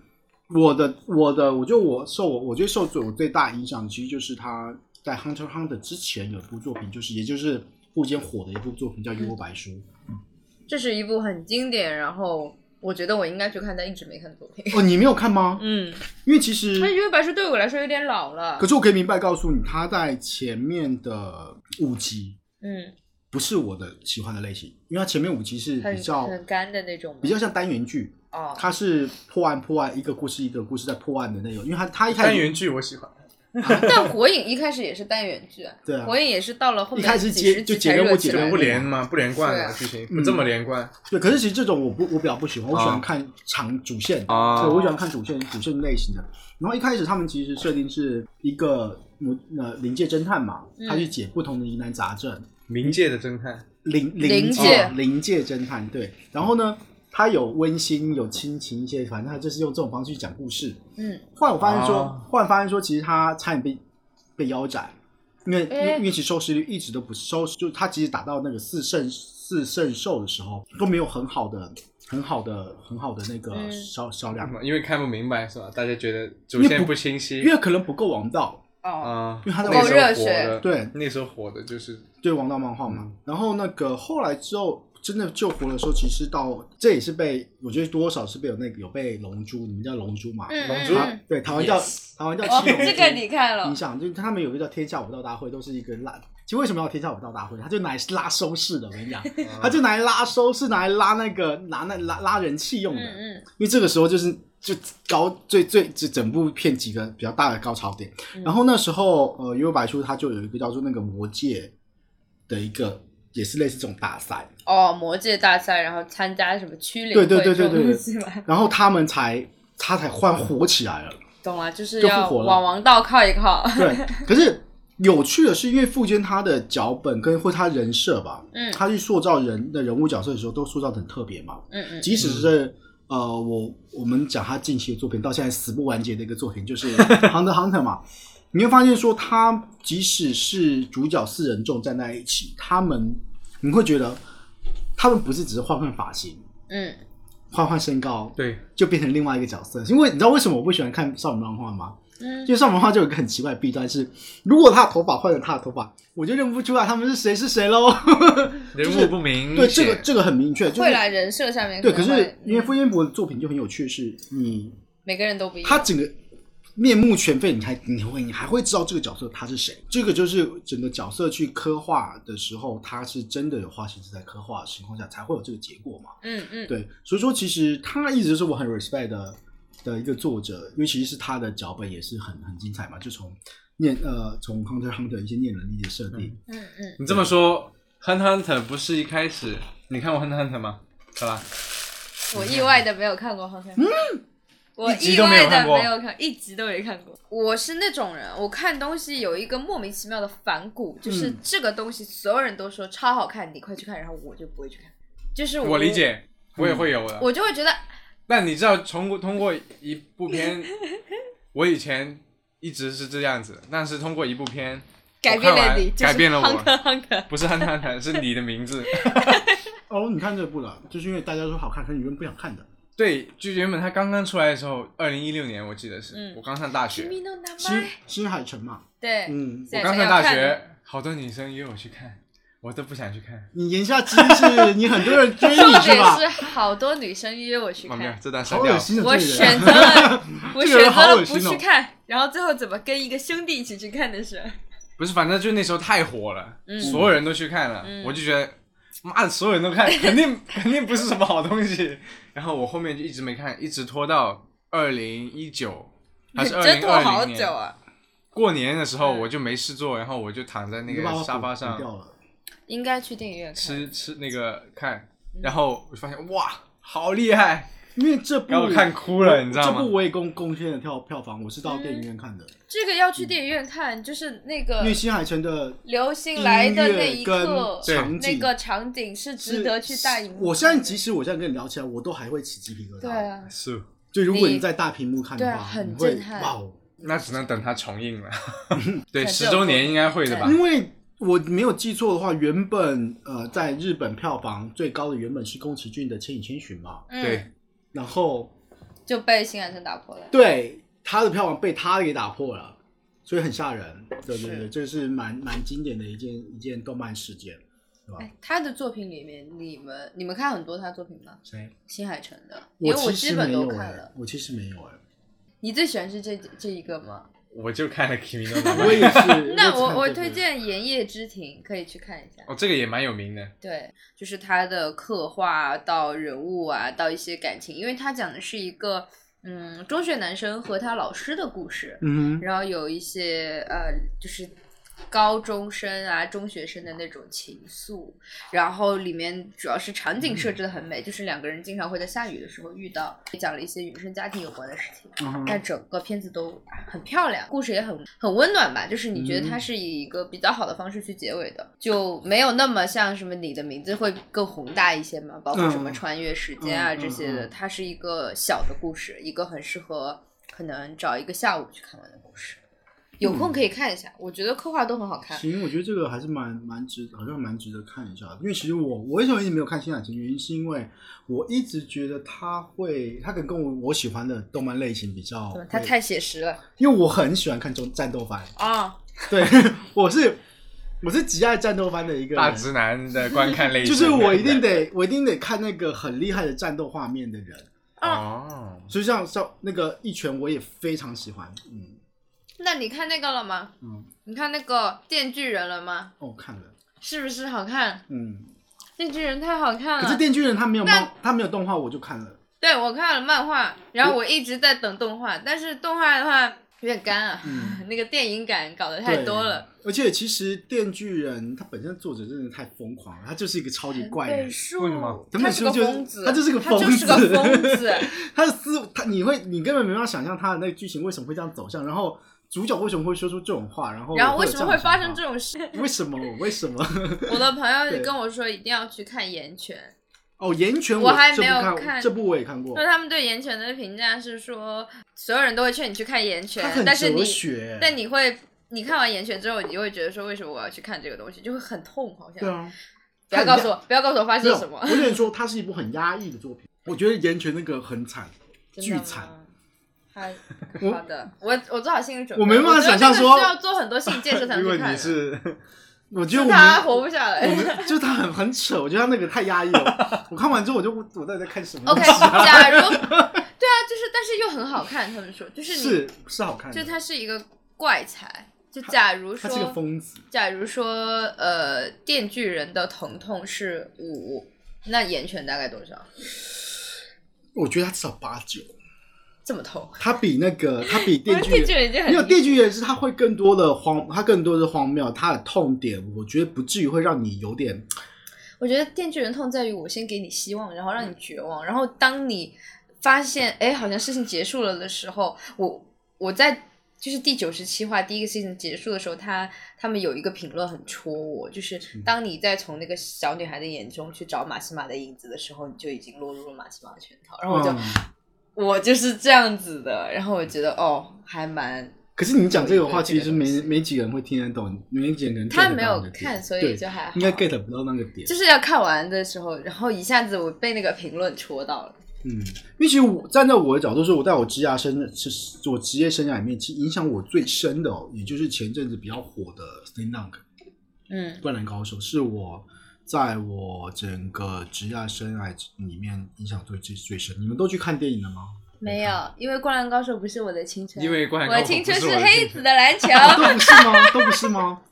我的我的，我就我受我我觉得受最我最大影响，其实就是他在《Hunter x Hunter》之前有部作品，就是也就是户间火的一部作品叫《幽游白书》。
嗯这是一部很经典，然后我觉得我应该去看，但一直没看的作品。
哦，你没有看吗？
嗯，
因为其实
那因为白书对我来说有点老了
可。是我可以明白告诉你，他在前面的五集
嗯，
不是我的喜欢的类型，因为他前面五集是
很
比较
很干的那种吗。
比较像单元剧，
哦，
它是破案破案一个故事一个故事在破案的内容，因为他他一开
单
始
元剧我喜欢，
但火影一开始也是单元剧啊，
对啊
火影也是到了后面
一开始
几
结
十
就
集
结
才
跟
热
不
起
结跟
来
不
不
的。
连嘛，不连贯嘛，
是
剧
嗯
情不这么连贯。
对，可是其实这种我不我比较不喜欢，我喜
啊
欢看长主线，
啊
对，我喜欢看主线主线类型的。然后一开始他们其实设定是一个魔呃临界侦探嘛，
嗯
他去解不同的疑难杂症，
冥界的侦探，
灵
灵
灵
界
界灵界侦探对，然后呢，它有温馨，有亲情一些，反正它就是用这种方式去讲故事。
嗯，
后来我发现说，
哦
后来发现说，其实它差点被被腰斩，因为因
哎
为因为其实收视率一直都不是收，就是它其实打到那个四胜四胜兽的时候都没有很好的、很好的、很好的那个
嗯
销销量，
因为看不明白是吧？大家觉得主
啊因为
线
不
不清晰
因，为可能不够王道。
哦，
啊，
因为它在
那
网
时
热
候火
血
的，
对
那时候火的就是
对王道漫画嘛。
嗯
然后那个后来之后，真的救活的时候，其实到这也是被我觉得多少是被有那个有被龙珠，你们叫龙珠嘛？
嗯
龙
嗯
珠
啊
嗯，
对，台湾叫
Yes
台湾叫
哦，
七龙珠。
这个你看了
影，响，就是他们有一个叫天下武道大会，都是一个拉。其实为什么要天下武道大会？他就拿来拉收视的，我跟 你讲，
啊
他就拿来拉收视，拿来拉那个拿那拉拉人气用
嗯
的。
嗯
因为这个时候就是就高最最这整部片几个比较大的高潮点。
嗯
然后那时候呃，幽游白书它就有一个叫做那个魔界的一个，也是类似这种大赛，
哦，魔界大赛，然后参加什么区领
对对
会
对对
这种
对
东
对
西吧？
然后他们才他才换火起来了。
懂了，就是
就
要
复活了
往王道靠一 靠。
对，可是有趣的是，因为富坚他的脚本跟或他人设吧，
嗯
他去塑造人的人物角色的时候，都塑造的很特别嘛。
嗯嗯，
即使是、呃，我我们讲他近期的作品，到现在死不完结的一个作品， 就是《Hunter x Hunter》嘛。你会发现说，他即使是主角四人众站在一起，他们你会觉得他们不是只是换换发型、
嗯，
换换身高，
对，
就变成另外一个角色。因为你知道为什么我不喜欢看少女漫画吗？
嗯，
就上文化就有一个很奇怪的弊端是，如果他的头发换了他的头发，我就认不出来他们是谁是谁喽。
人物不明
对，这
显
个这个很明确，就是
会来人设上面
对。可
能
是
会
因为
嗯
傅烟博的作品就很有趣，是你
每个人都不一样，
他整个面目全非，你还你会你还会知道这个角色他是谁。这个就是整个角色去刻画的时候，他是真的有花心思在刻画的情况下，才会有这个结果嘛。
嗯嗯，
对，所以说其实他一直都是我很 respect 的的一个作者，尤其是他的脚本也是很很精彩嘛，就从念呃从 Hunter x Hunter 一些念能力的设定，
嗯嗯，
你这么说，《Hunter x Hunter》不是一开始你看过《Hunter x Hunter》吗？好吧，
我意外的没有看过好看。我
一集
意
都没有
外
看
的
过
没有看，一集都没看过。我是那种人，我看东西有一个莫名其妙的反骨，就是
嗯
这个东西所有人都说超好看，你快去看，然后我就不会去看。就是
我理，
嗯
解，我也会有的。
我就会觉得
但你知道，通过通过一部片， 我以前一直是这样子，但是通过一部片，
改变
我看
了
完
你，
改变了我
Hunter Hunter，
不是《Hunter x Hunter》，是你的名字。
哦，你看这部了，就是因为大家说好看，可是你们不想看的。
对，就原本它刚刚出来的时候，二零一六年我记得是、
嗯
我刚上大学，
Kimi no Namae
新新海诚嘛，
对，
嗯，
我
对
刚
这
上
个
大
要看
学，好多女生约我去看，我都不想去看。
你言下之意是你很多人追
重
你是
点
吧？
是好多女生约我去
妈哦啊没有
看，，
这段删
好
掉
恶。心的
我
这个人啊
选择 了，我
这个人
选
好
择
恶
了
心哦
不去看，然后最后怎么跟一个兄弟一起去看的是，
不是，反正就那时候太火了，
嗯
所有人都去看了，
嗯
我就觉得，妈的，所有人 都看，肯定肯定不是什么好东西。然后我后面就一直没看，一直拖到二零 一九还是二
真
零
拖
二
好
零
久
年
啊，
过年的时候，
嗯
我就没事做，然后我就躺在那
你就把
个
我
沙发
补
上
掉了。
应该去电影院看。
吃吃那个看，
嗯
然后我就发现哇，好厉害，
因为这部
让我看哭了，你知道
这部
吗？
我也贡贡献了票票房，我是到电影院看的，
这个要去电影院看，就是那个
因为新海诚的
流星来的那一刻，
音乐跟
那个场景是值得去大荧幕看的。
我现在即使我现在跟你聊起来，我都还会起鸡皮疙瘩。
对，啊，
是，
就如果你在大屏幕看的
对
话，
啊很
你会
震撼
哇哦！
那只能等它重 映了。对，
才
十
这
周
样
年应该会的吧？
嗯
因为我没有记错的话，原本呃在日本票房最高的原本是宫崎骏的《千与千寻》嘛，
嗯，
对，
然后
就被新海诚打破
啊
了。
对他的票房被他给打破了，所以很吓人。对对
是
对，这是蛮蛮经典的一件一件动漫事件。
哎，他的作品里面，你们你们看很多他作品吗？
谁？
新海诚的，因
我
为我
其
基
实
本
没
都
有
看
哎
了。，
我其实没有哎，
你最喜欢是这这一个吗？
我就看了《Kimi no
我
Namae
也是。
那
我只看
我我
这个
推荐《炎夜之庭》，可以去看一下。
哦，这个也蛮有名的。
对，就是他的刻画到人物啊，到一些感情，因为他讲的是一个嗯中学男生和他老师的故事，
嗯哼，
然后有一些呃就是高中生啊中学生的那种情愫，然后里面主要是场景设置的很美，就是两个人经常会在下雨的时候遇到，讲了一些与生家庭有关的事情，
嗯哼
但整个片子都啊很漂亮，故事也很很温暖吧。就是你觉
嗯
得它是以一个比较好的方式去结尾的，就没有那么像什么你的名字会更宏大一些嘛，包括什么
嗯
穿越时间啊
嗯嗯
这些的。
嗯
它是一个小的故事，一个很适合可能找一个下午去看完的故事。有空可以看一下，我觉得刻画都很好看。
行，我觉得这个嗯还是蛮蛮值，好像蛮值得看一下的。因为其实我我为什么一直没有看《新海诚》，原因是因为我一直觉得他会，他可能跟我我喜欢的动漫类型比较
对吧
会，
它太写实了
因为我很喜欢看中战斗番，
啊！
对我是我是极爱战斗番的一个
大
人，
直男的观看类
就
型，
是我一定得我一定得看那个很厉害的战斗画面的人，
啊
哦，
所以像像那个一拳我也非常喜欢，嗯
那你看那个了吗？
嗯，
你看那个《电锯人》了吗？
哦看了，
是不是好看？
嗯，
《电锯人》太好看
可是《
了。
电锯人》他没有漫，他没有动画我就看了，
对，我看了漫画，然后我一直在等动画，但是动画的话有点干啊，
嗯
那个电影感搞得太多了。
对。而且其实《电锯人》他本身作者真的太疯狂了，他就是一个超级怪
倍
人，
数
为什么
他
他
们
是
是
个
不是就
疯子，
他就是个疯
他就是个
子
疯子。
他的思他你会你根本没办法想象他的那个剧情为什么会这样走向，然后主角为什么会说出这种话，然后
然后
会
为
有
什么会发生
样
这
的
种事？
想法？为什么？为什么？
我的朋友
对
跟我说一定要去看《岩泉》，
哦，岩泉
我还
这部
没有看嗯
看，这部我也看过
那。他们对《岩泉》的评价是说，所有人都会劝你去看《岩泉
他》，很
但是
哲
你
学，
但你会，你看完《岩泉》之后，你就会觉得说，为什么我要去看这个东西？就会很痛，好像。
对啊，
不要告诉我，不要告诉我发
没
生
有
了什么
我。跟你说，它是一部很压抑的作品。我觉得岩泉那个很惨，巨惨。
好
我
好的，我我做好心理准备。
我没办法
觉
想
得
象
这个
说
是要做很多心理建设才能
因
去
为
看
你
的。
是
我觉得我
他
们
活不下
我
来。
们就是他很很扯，我觉得他那个太压抑了。我看完之后，我就我到底在看什么
OK，
东西啊？
假如对啊，就是但是又很好看，他们说就是你，
是是好看
就
的，
他是一个怪才。就假如
他嗯是个
说，
疯子。
假如说，呃，电锯人的疼痛是五，那岩泉大概多少？
我觉得他至少八九，
这么痛？
他比那个他 比电锯
电锯
人。
人已经很
没有
离谱
电锯人是他会更多的荒，他更多的荒谬，他的痛点，我觉得不至于会让你有点
我觉得电锯人痛在于我先给你希望，然后让你绝望，然后当你发现哎好像事情结束了的时候，我我在就是第九十七话第一个 season 结束的时候，他他们有一个评论很戳我，就是当你在从那个小女孩的眼中去找马西玛的影子的时候，你就已经落入了马西玛的圈套，然哦后我就、
嗯
我就是这样子的，然后我觉得哦还蛮
可是你讲这个
有
话，
一个
其实没
这个东西
没几个人会听得懂，没几个人 get
他
得
没
到
有
你的点
看，所以
对
就还好
应该 get 不到那个点
就。是要看完的时候，然后一下子我被那个评论戳到了。
嗯，因为其实我站在我的角度说，我在我职涯生是我职业生涯里面，其实影响我最深的哦，也就是前阵子比较火的《Slam Dunk》
嗯，
灌篮高手，是我在我整个职业生涯里面影响最最最深。你们都去看电影了 吗？
没有，因为《灌篮高手》不是我的青春，
因为灌篮
我
高
的
手
青
不
春
是我
是
的
黑
青
子的篮 球，
哦都不是吗？都不是 吗？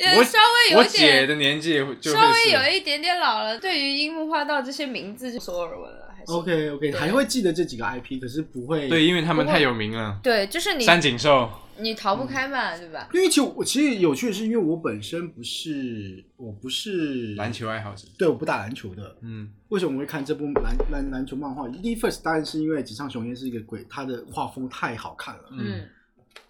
呃
我
稍微有
我
一
姐
点，
的年纪就
稍
会
微
是
有一点点老了，对于樱木花道这些名字就所耳闻了，还是
OK OK，还会记得这几个 IP，可是不会
对，因为他们太有名了。
对，就是你
山井寿，
你逃
嗯
不开嘛，对吧？
因为其实我其实有趣的是，因为我本身不是我不是
篮，球爱好者，
对，我不打篮球的。
嗯，
为什么我会看这部篮篮篮球漫画？第一 first 当然是因为井上雄彦是一个鬼，他的画风太好看了。
嗯，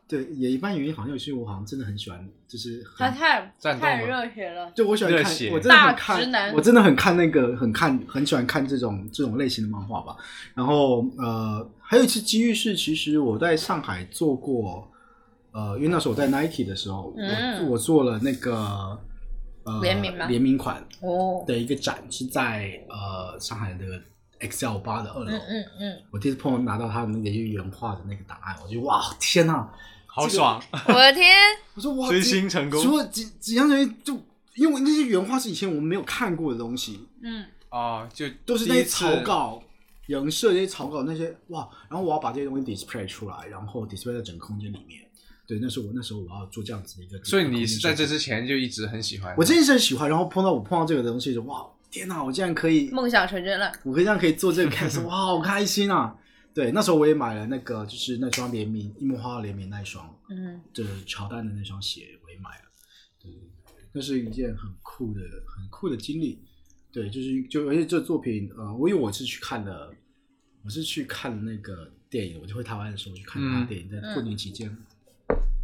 对，也一般原因好像有些我好像真的很喜欢，就是
他
很
太
战斗
太
吗
热血了，
就我喜欢
热
看，
血
我真的很
大直男
看，我真的很看那个，很看，很喜欢看这种这种类型的漫画吧。然后呃，还有一次机遇是，其实我在上海做过，呃，因为那时候我在 Nike 的时候，
嗯
我我做了那个呃
联名吗
联名款
哦，
的一个展，是在呃上海的 XL 八的二楼。
嗯嗯嗯，
我第一次碰到拿到他的那个原画的那个档案，我就哇天呐！
好爽，
我的 天，
我说哇，
追
这
星成功
除了几几样东西，就因为那些原画是以前我们没有看过的东西，
嗯，
哦，就
都是那
第一
些
次
草稿、人设、那些草稿那些哇，然后我要把这些东西 display 出来，然后 display 在整个空间里面。对，那是我那时候我要做这样子的一个。
所以你是在这之前就一直很喜欢
我真的是很喜欢，然后碰到我碰到这个东西就哇，天哪，我竟然可以，
梦想成真了，
我可以这样可以做这个 case，哇，好开心啊！对，那时候我也买了那个，就是那双联名樱木花联名那一双，
嗯，
就是乔丹的那双鞋，我也买了。对，那是一件很酷的、很酷的经历。对，就是就而且这作品，呃，我因为我是去看了，我是去看了那个电电影，我就回台湾的时候去看他的电影，在过年期间，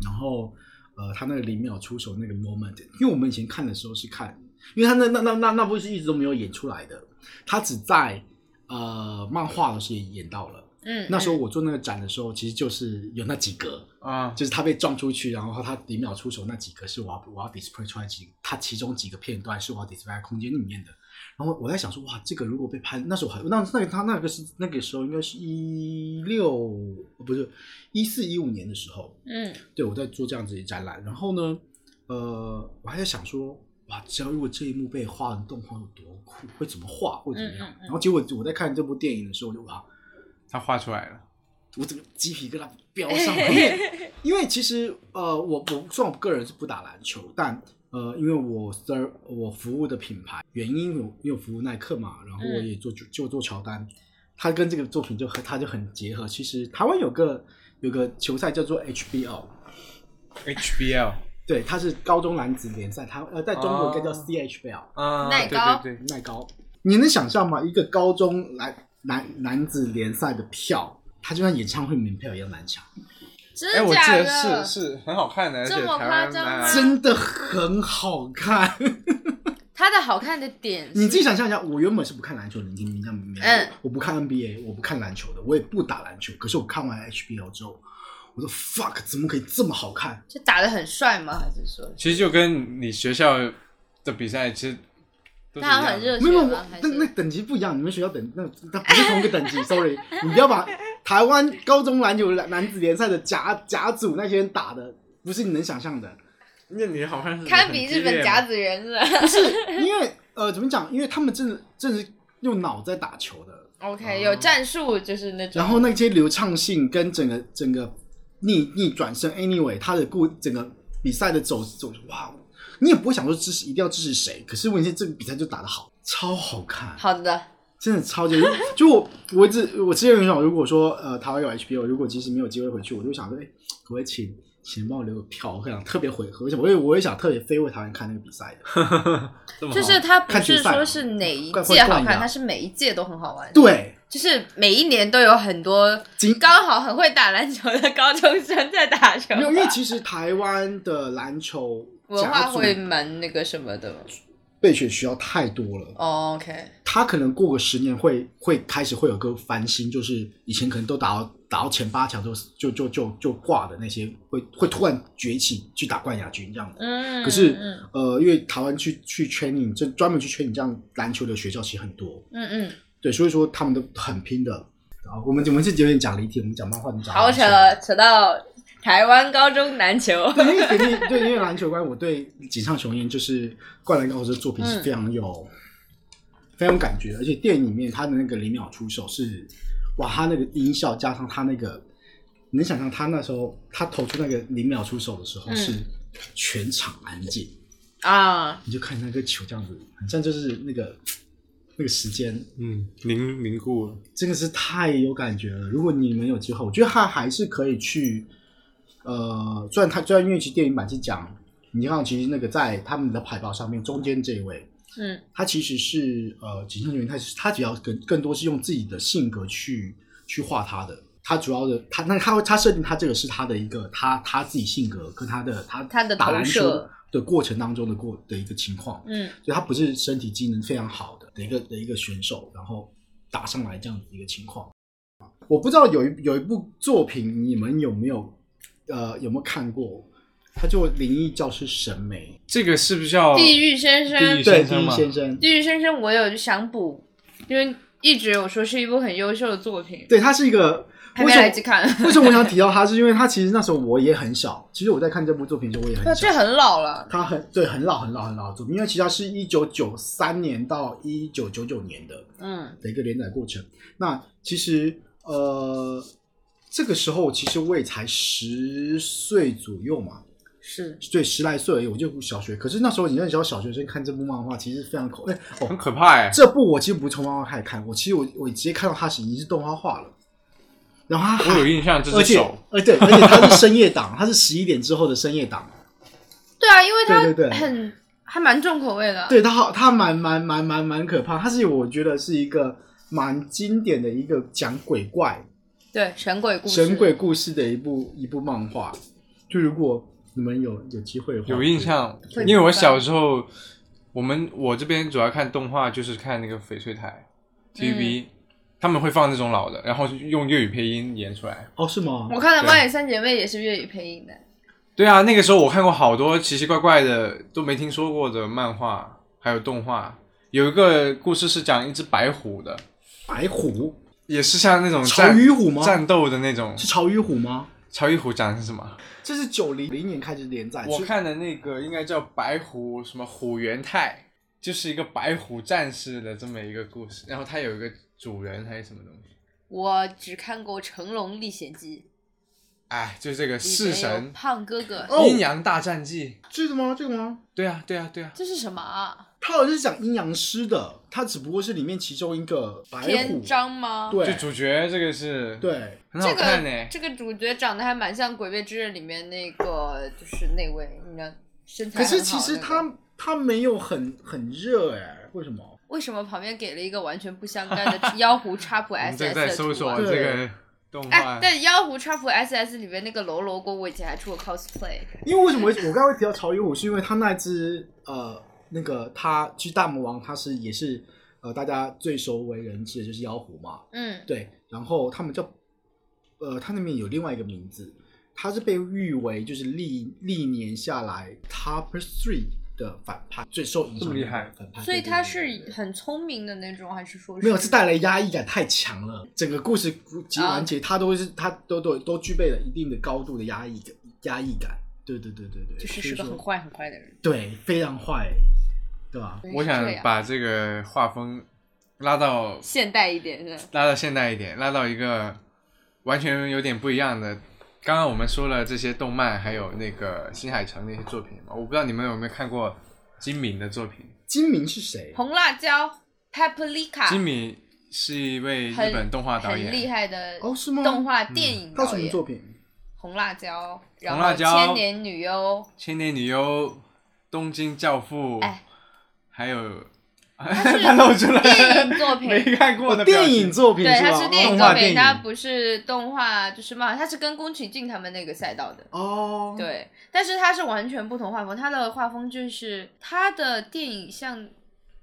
然后呃，他那个零秒出手那个 moment，因为我们以前看的时候是看，因为他那那那那那部是一直都没有演出来的，他只在呃漫画的时候也演到了。
嗯，
那时候
嗯
我做那个展的时候，其实就是有那几格，
啊，
就是他被撞出去，然后他零秒出手那几个是我要我要 display 出来几，他其中几个片段是我要 display 在空间里面的。然后我在想说，哇，这个如果被拍，那时候还那那他那个是那个时候应该是一六不是一四一五年的时候，
嗯
对我在做这样子的展览。然后呢，呃，我还在想说，哇，只要如果这一幕被画成动画有多酷，会怎么画，会怎么样？
嗯嗯嗯
然后结果我在看这部电影的时候，我就哇，
他画出来了，
我整个鸡皮疙瘩飙上来，因为因为其实呃，我我虽然我个人是不打篮球，但呃，因为我 ser 我服务的品牌原因有有服务耐克嘛，然后我也做就就做乔丹，他跟这个作品就和他就很结合。其实台湾有个有个球赛叫做 HBO，
HBL
对，它是高中男子联赛，它呃在中国应该叫
哦
CHBL，、
啊，
奶糕
对对对，
耐高。你能想象吗？一个高中男男男子联赛的票，它就像演唱会门票一样难抢。
真
哎，我
的
记
假
得
的？
是是很好看的，而且
这么
台
夸
湾
张
男
吗
真的很好 看。
它的好看的点是，
你自己想象一下，我原本是不看篮球的，你听你这样没有？
嗯
我不看 NBA，我不看篮球的，我也不打篮球。可是我看完 HBL 之后，我说 fuck，怎么可以这么好看？
就打的很帅吗？还是说
其实就跟你学校的比赛其实都是一
他
样
很
的，
热
没
血
有，
吗
我？
还
那那
是
等级不一样，你们学校等那那不是同一个等级 ，sorry，你不要把台湾高中篮球男男子联赛的甲甲组那些人打的，不是你能想象的。
那你好像 是
堪比日本甲
夹，
子园是
不是因为呃，怎么讲？因为他们真的真的是用脑在打球的，
OK，有战术就是那种，
啊然后那些流畅性跟整个整个逆逆转身，anyway，他的故整个比赛的走走，哇，哦你也不会想说支持一定要支持谁，可是问题是这个比赛就打得好，超好看，
好的，
真的超级。 就我我一直我之前很想，如果说呃台湾有 HBO，如果即使没有机会回去，我就想说，哎，可不可以请请帮我留个票？我想特别回，我想我也我也想特别飞为台湾看那个比赛的。
这么好
就是它不
看
是
决赛
说是哪一
怪怪
届好
怪的
看，
啊
它是每一届都很好玩。，
对，
就是每一年都有很多
今
刚好很会打篮球的高中生在打球。
没有，因为其实台湾的篮球
文
甲
化
组
会蛮那个什么的。
备选学校太多了。
哦 OK，
他可能过个十年会会开始会有个翻新，就是以前可能都打到打到前八强就就就就就挂的那些，会会突然崛起去打冠亚军这样子。
嗯，
可是
嗯
呃，因为台湾去去 training 就专门去 training 这样篮球的学校其实很多，
嗯嗯，
对，所以说他们都很拼的。啊，我们我们是有点讲离题，我们讲漫画，你讲
好
篮球
扯了，扯到台湾高中篮球。
对，因为肯定对，因为篮球观，我对井上雄彦就是《灌篮高手》这作品是非常有、非常有感觉的，而且电影里面他的那个零秒出手是，哇，他那个音效加上他那个，你能想象他那时候他投出那个零秒出手的时候
嗯
是全场安静，
啊，
你就看那个球这样子，很像就是那个那个时间
嗯凝凝固了，
真的是太有感觉了。如果你们有机会，我觉得他还是可以去，呃，虽然他虽然因为其实电影版是讲，你看其实那个在他们的海报上面中间这一位，
嗯
他其实是呃井上雄彦，他是他主要更更多是用自己的性格去去画他的。他主要的，他那他他设定他这个是他的一个他他自己性格跟他的他
他的
打
投
篮
射
球的过程当中的过的一个情况，
嗯
所以他不是身体机能非常好的的一个的一个选手，然后打上来这样子一个情况。我不知道有一有一部作品你们有没有呃有没有看过？它叫《灵异教师神眉
这个是不是叫
地狱先》，
地
生，
狱
对，
先生
第一
嘛
哦先生，
地狱先生，我有想补，因为一直有说是一部很优秀的作品，
对，它是一个。
还
为
没
什
来得及
么
看。
为什么我想提到它？是因为它其实那时候我也很小，其实我在看这部作品的时候我也
哇，
很小
这。很老了。
它很对，很老很老很老的作品，因为其实它是一九九三年到一九九九年的，
嗯
的一个连载过程。那其实呃，这个时候其实我也才十岁左右嘛，，
是
对，十来岁而已，我就小学。可是那时候你那时候小学生看这部漫画，其实非常口哎、
很
哦。
可怕哎，
这部我其实不是从漫画开始看，我其实我我直接看到它是已经是动画化了，然后它
我有印象这
而
只
且
手，
而且而且它是深夜档，它是十一点之后的深夜档。
对啊，因为它
对对对
很还蛮重口味的。，
对他好，他蛮蛮蛮蛮蛮可怕，他是我觉得是一个蛮经典的一个讲鬼怪
对，神鬼故事，啊
神鬼故事的一部一部漫画。就如果你们有有机会的话，
有印象，
会
因为
明
我
白
小时候，我们我这边主要看动画，就是看那个翡翠台
嗯
TVB，、他们会放那种老的，然后就用粤语配音演出来。
哦，是吗？
我看的《
对
猫眼三姐妹》也是粤语配音的，
对啊，那个时候我看过好多奇奇怪怪的都没听说过的漫画，还有动画。有一个故事是讲一只白虎的，
白虎
也是像那种
潮
战
与虎吗
战斗的那种。
是潮与虎吗？
潮与虎讲的是什么？
这是九零零年开始连载，
我
是
看的那个应该叫白虎什么虎元泰，就是一个白虎战士的这么一个故事。然后它有一个主人还是什么东西？
我只看过《成龙历险记
哎，就是这个》，
里
弑
面有
神
胖哥哥，
哦
阴阳大战记。
这个吗？这个吗？
对啊，对啊，对啊，
这是什么啊？
它好像是讲阴阳师的，它只不过是里面其中一个白虎
篇。章吗？
就
对
主角这个是，，
对，
很好
这
看
个
呢、
这个主角长得还蛮像《鬼灭之刃》里面那个，就是那位，你知道身
可
材很好
是
那个。
其实它它没有很很热哎，为什么？
为什么旁边给了一个完全不相干的妖狐插谱
我们
SS 的
正在
图
搜索
案
这
对
个动画
哎，。但妖狐插谱 SS 里面那个楼楼锅，我以前还出过 cosplay。
因为为什么我刚才会提到潮与虎，是因为他那只呃那个他其实大魔王他是也是呃大家最熟为人知的就是妖狐嘛，
嗯，
对，然后他们叫呃他那边有另外一个名字，他是被誉为就是历历年下来 top three 的反派最受影
这
响
么
的
厉害
反派，
所以
对对对
他
对
是
对
很聪明的那种，还是说
没有，是带来压抑感太强了。整个故事及完结，它都是它都都都具备了一定的高度的压抑感，压抑感。对对对对对，
就
所
是
以
是个
说
很坏很坏的人。
对，非常坏，对吧？
我想
这样
把这个画风拉到
现代一点的，
拉到现代一点，拉到一个完全有点不一样的。刚刚我们说了这些动漫，还有那个新海诚那些作品嘛，我不知道你们有没有看过金敏的作品。
金明是谁？
红辣椒 paprika，
金敏是一位日
啊很
本动画导演，嗯
很厉害的
哦是吗
动画电影
他有
导
什么
演，
作品？
红辣椒，然
辣
后
椒
千年女优，
千年女优》《东京教父》
哎
还 有
它 是
他露出来
电影作品
没看过的
哦，
表情
电影作品
对，
吧？哦
它是电影
动
作
画电
品，
影
它不是动画，就是漫画，它是跟宫崎骏他们那个赛道的。
哦，
对，但是它是完全不同画风，它的画风就是它的电影像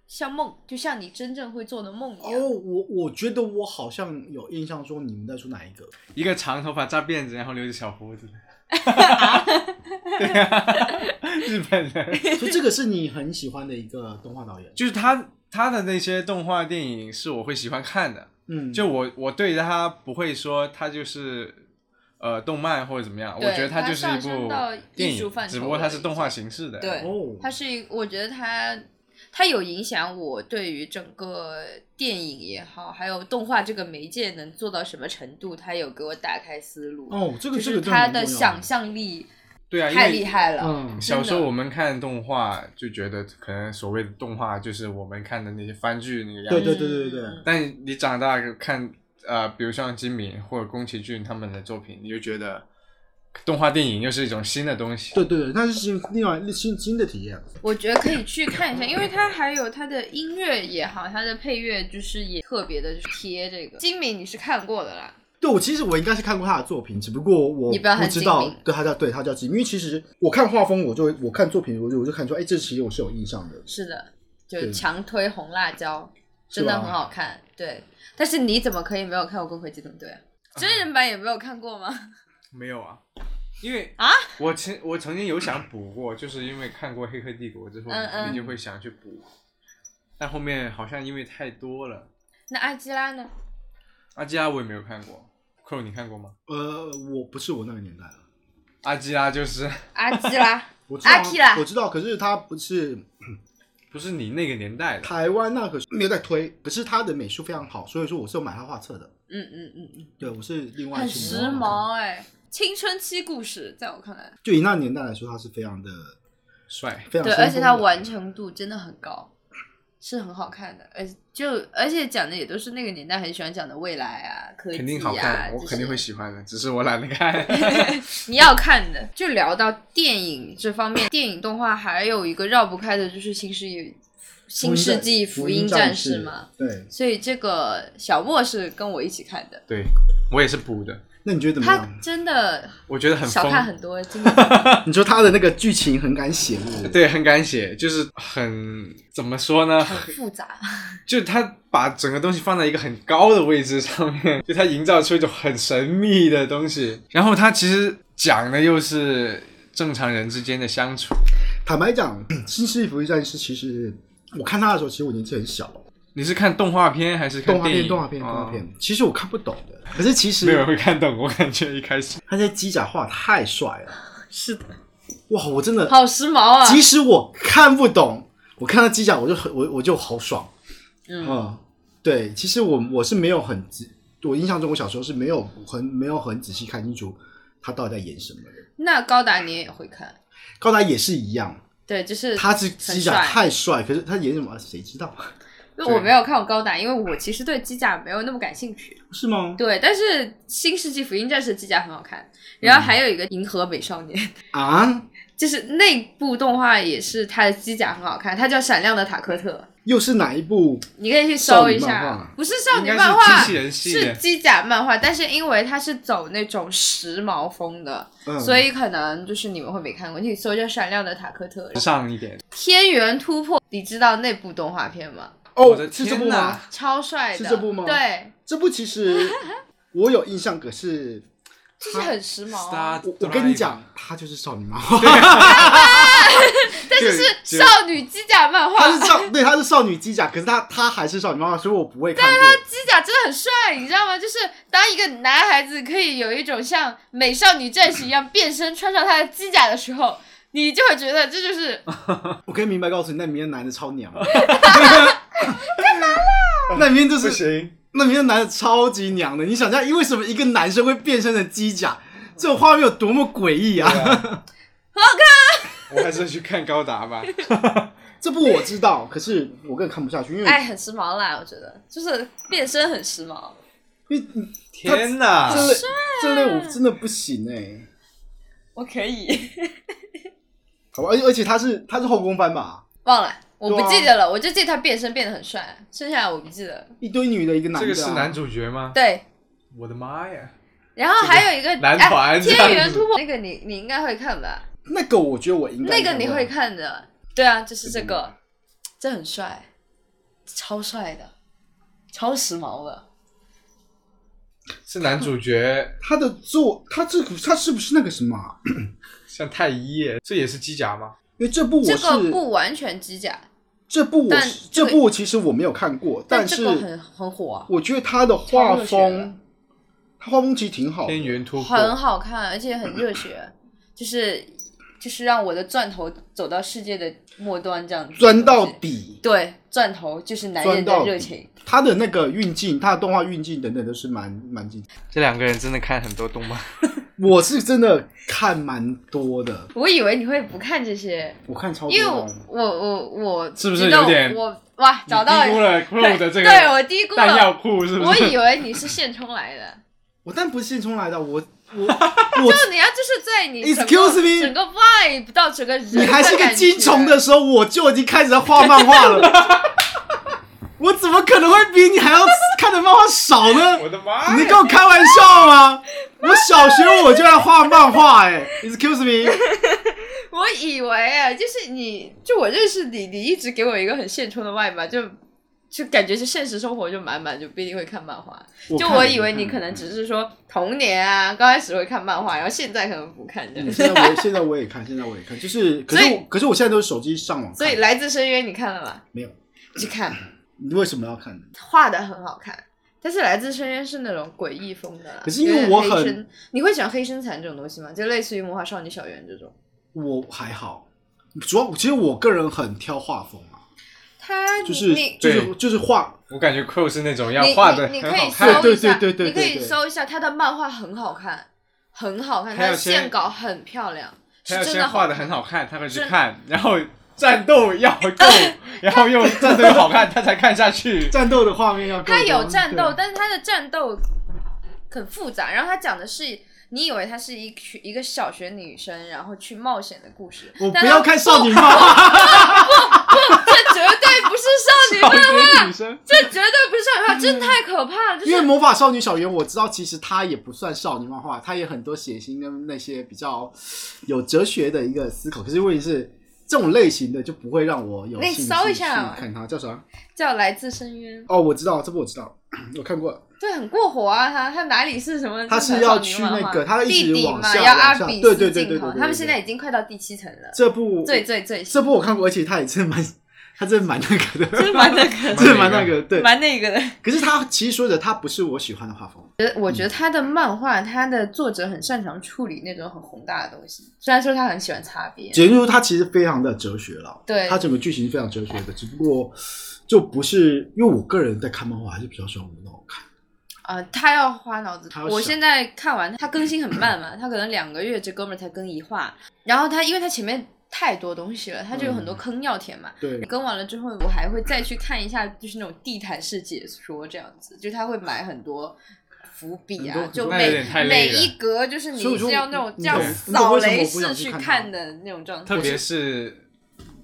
像梦，就像你真正会做的梦一
哦，
样。
我我觉得我好像有印象，说你们在说哪一 个？
一个长头发扎辫子，然后留着小胡子 的。对啊，日本人。
所以这个是你很喜欢的一个动画导演。
就是他他的那些动画电影是我会喜欢看的，
嗯，
就我我对他不会说他就是呃动漫或者怎么样，我
对
觉得他就是一
它上升
部
到
电
艺术
影，
范畴
只不过它是动画形式的。
对
哦，
它是一，我觉得它它有影响我对于整个电影也好，还有动画这个媒介能做到什么程度，它有给我打开思路。
哦，这个
就
这个
是
真
他
蛮重要啊
的想象力
对啊，因为
太厉害了。
嗯
小时候
真的
我们看动画就觉得可能所谓的动画就是我们看的那些番剧那个样子，
对对对对对
嗯
但你长大看呃，比如像金敏或者宫崎骏他们的作品，你就觉得动画电影又是一种新的东西。
对对对，那是新另外新新的体验。
我觉得可以去看一下，因为它还有它的音乐也好，它的配乐就是也特别的贴这个。金敏你是看过的啦，
对，我其实我应该是看过他的作品，只不过我
你不要很
知道
精明，
对他叫对他叫吉米，因为其实我看画风，我就我看作品，我就我就看出，哎，这其实我是有印象的。
是的，就
对
强推红辣椒，
是吧
真的很好看。对，但是你怎么可以没有看过《光辉机动队》啊？真人版也没有看过吗？
没有啊，因为
啊，
我曾我曾经有想补过，就是因为看过《黑客帝国》之后，
嗯嗯
你就会想去补，但后面好像因为太多了。
那阿基拉呢？
阿基拉我也没有看过，寇你看过吗？
呃，我不是我那个年代了，
阿基拉就是
阿 基拉
我知道
阿 Kira
我知道，可是他不是
不是你那个年代的？
台湾那个没有在推，可是他的美术非常好，所以说我是有买他画册的。
嗯嗯嗯
对，我是另
嗯，
外
很
去
时
买他画册
髦哎、青春期故事，在我看来，
就以那个年代来说，他是非常的
帅，
非常
对，
先锋的
而且它完成度真的很高，是很好看的，而且就而且讲的也都是那个年代很喜欢讲的未来啊，科技啊，
肯定好看，我
这
肯定
些
会喜欢的，只是我懒得看。
你要看的。就聊到电影这方面，电影动画还有一个绕不开的就是《新世纪新世纪福音战士嘛，
对，
所以这个小莫是跟我一起看的，
对我也是补的，
那你觉得怎么
他
样？
真的
我觉得很
少
疯，
看很多，真的
你说他的那个剧情很敢写，是不是
对，很敢写，就是很怎么说呢？
很复杂。
就他把整个东西放在一个很高的位置上面，就他营造出一种很神秘的东西。然后他其实讲的又是正常人之间的相处。
坦白讲，《新世纪福音战士》其实我看他的时候，其实我年纪很小了，
你是看动画片还是看
动画
电
片、
影
动画片、动画
哦
片，其实我看不懂的。可是其
没有人
实
会看懂，我感觉一开始
他在机甲画得太帅了，
是的，
哇，我真的，
好时髦啊！
即使我看不懂，我看到机甲我就很我我就好爽。
嗯，
嗯，对，其实我我是没有很仔，我印象中我小时候是没有很没有很仔细看清楚他到底在演什么的。
那高达你也会看，
高达也是一样，
对，就是
他是
很
机甲
帅。
太帅，可是他演什么谁知道？
因为我没有看过高达，因为我其实对机甲没有那么感兴趣。
是吗？
对，但是《新世纪福音战士》机甲很好看，
嗯
然后还有一个《银河美少年》
啊，
就是那部动画也是它的机甲很好看，它叫《闪亮的塔科特》，
又是哪一部？
你可以去搜一
少女漫画
下，不是少
应
女
该
漫画，
是机器人系
是
列。
机甲漫画，但是因为它是走那种时髦风的，
嗯，
所以可能就是你们会没看过，你搜叫《闪亮的塔科特》
时尚一点，
天元突破，你知道那部动画片吗？
我的
哦，是这
天
部吗
哪？
超帅的，
是这部吗
对，
这部其 实我有印象，可是
就是很时髦啊、
Star
我我跟你讲，它就是少女漫画，
但是
就是
少女机甲漫画
它，是少对，它是少女机甲，可是它它还是少女漫画，所以我不会看过。
机甲真的很帅，你知道吗？就是当一个男孩子可以有一种像美少女战士一样变身，穿上他的机甲的时候，你就会觉得这就是
我可以明白告诉你，那里面的男的超娘，干嘛啦？那里面就是
行，
那名的男的超级娘的，你想一下，为什么一个男生会变身成机甲？这种画面有多么诡异啊！
我还是去看高达吧。
这部我知道，可是我更看不下去，因为、
哎，很时髦啦。我觉得就是变身很时髦。
因为
天哪
这！类、
啊
这类我真的不行哎、
我可以
好吧，而且而且他是他是后宫番吧，
忘了，我
对
不
啊
记得了，我就记得他变身变得很帅，剩下的我不记得了。
一堆女的，一个男
这
的、啊，
个是男主角吗？
对，
我的妈呀！
然后还有一个
男团
哎、
这
天
样
元
子
突破，那个你你应该会看吧？
那个我觉得我应该
那个你会
看
看的，对啊，就是这
嗯
个，这很帅，超帅的，超时髦的。
是男主角，
他的作，他这个他是不是那个什么啊、
像太医耶，这也是机甲吗？
因为这部我
这
是
个不完全机甲，
这部我
但
是这
这个
部其实我没有看过，但
这
是
个很很火，
我觉得他的画
超热血的
风，他画风其实挺好的，
天元突
很
破，
好看，而且很热血，就是就是让我的钻头走到世界的末端这样子。
钻到
就是
底。
对，钻头就是男
钻
人
到
的
底
热情。
他的那个运镜，他的动画运镜等等都是蛮蛮精。
这两个人真的看很多动漫。
我是真的看蛮多的，
我以为你会不看这些，
我看超多
因为
的
我
啊。
我我我
哦是不是
觉得
有点
我哇 找到
你低估了 Pro 的这
对
个
我低估
弹药
了，
库，是不
我
是？
以为你是现充来的。
我但不是现充来的，我 我
啊就你要就是在你整个
Excuse me？
整个 vibe 到整个人，
你还是个金虫的，时候，我就已经开始在画漫画了。 我怎么可能会比你还要看的漫画少呢？
我的妈
你
呀！
跟我开玩笑吗？我小学我就在画漫画、哎，Excuse me，
我以为啊，就是你就我认识你，你一直给我一个很现充的 vibe，吧就就感觉是现实生活就满满，就不一定会看漫画。 就
看
我
了
以为你可能只是说童年啊，刚开始会看漫画，然后现在可能不看这样
嗯。现在我也现在我也看，现在我也看，就是可
所
是
以
我可是我现在都是手机上网看，
所以《来自深渊》你看了吗？
没有。
去看，
你为什么要看呢？
画的很好看。但是《来自深渊》是那种诡异风的啦，
可是因
有
为
点
我
黑
很
身，你会喜欢黑身残这种东西吗？就类似于《魔法少女小圆》这种。
我还好，主要其实我个人很挑画风啊，
他
就是
你
就是就是画，
我感觉 Crow 是那种要
你
画的
你你
很
可
好
以
看，
搜一下，
对对对对
你可以
对对
搜一下他的漫画很好看，很好看，
还
他
有
的
些
线稿很漂亮，是
他要
真
先画
好
的很
看。
好看，他会去
真
看，然后战斗要 够，然后又战斗又好看，他才看下去。
战斗的画面要够多。
他有战斗，
对，
但是他的战斗很复杂，然后他讲的是。你以为他是一群一个小学女生，然后去冒险的故事？
我
但
不
哦
要
他
看少女漫画，
这绝对不是行
小
了，
学女生，
这绝对不是小说，真太可怕了，
嗯
就
因为
是。
魔法少女小圆，我知道其实它也不算少女漫画，它也很多血腥跟那些比较有哲学的一个思考。可是问题是，这种类型的就不会让我有
那你
兴趣
搜一
去
下哦
看它叫啥？
叫来自深渊，
哦，我知道这部我知道， 我看过了。
对，很过火啊！他他哪里是什么？
他是要去那个他一直
弟弟
往
嘛，
下
要
往
阿
下
比
对
斯
对对对
镜头
对对
他们
对
现在已经快到第七层了，
这部
最最最新
这部我看过，而且它也是蛮， 它真的蛮那个的，
就是蛮那个的
真的蛮那个的。对，
蛮那个的。
可是它其实说着，它不是我喜欢的画风。
觉得我觉得他的漫画，他的作者很擅长处理那种很宏大的东西，虽然说他很喜欢擦边，
简单说，它其实非常的哲学了。
对
它整个剧情非常哲学的，只不过就不是因为我个人在看漫画，还是比较喜欢无脑看。
啊，他要花脑子
他。要
我
想
现在看完他更新很慢嘛，他可能两个月这哥们儿才更一话，然后他因为他前面太多东西了，他就有很多
嗯
坑要填嘛。
对，
更完了之后，我还会再去看一下，就是那种地毯式解说这样子，就他会埋很多伏笔
很
啊，
多
就
那有
每
点太累
每
了
一格就是
所以
你
我说
是要那种这
你
样
懂
扫
你懂为
雷
什么我不
式
想去
去
看
看的那种状态，
特别是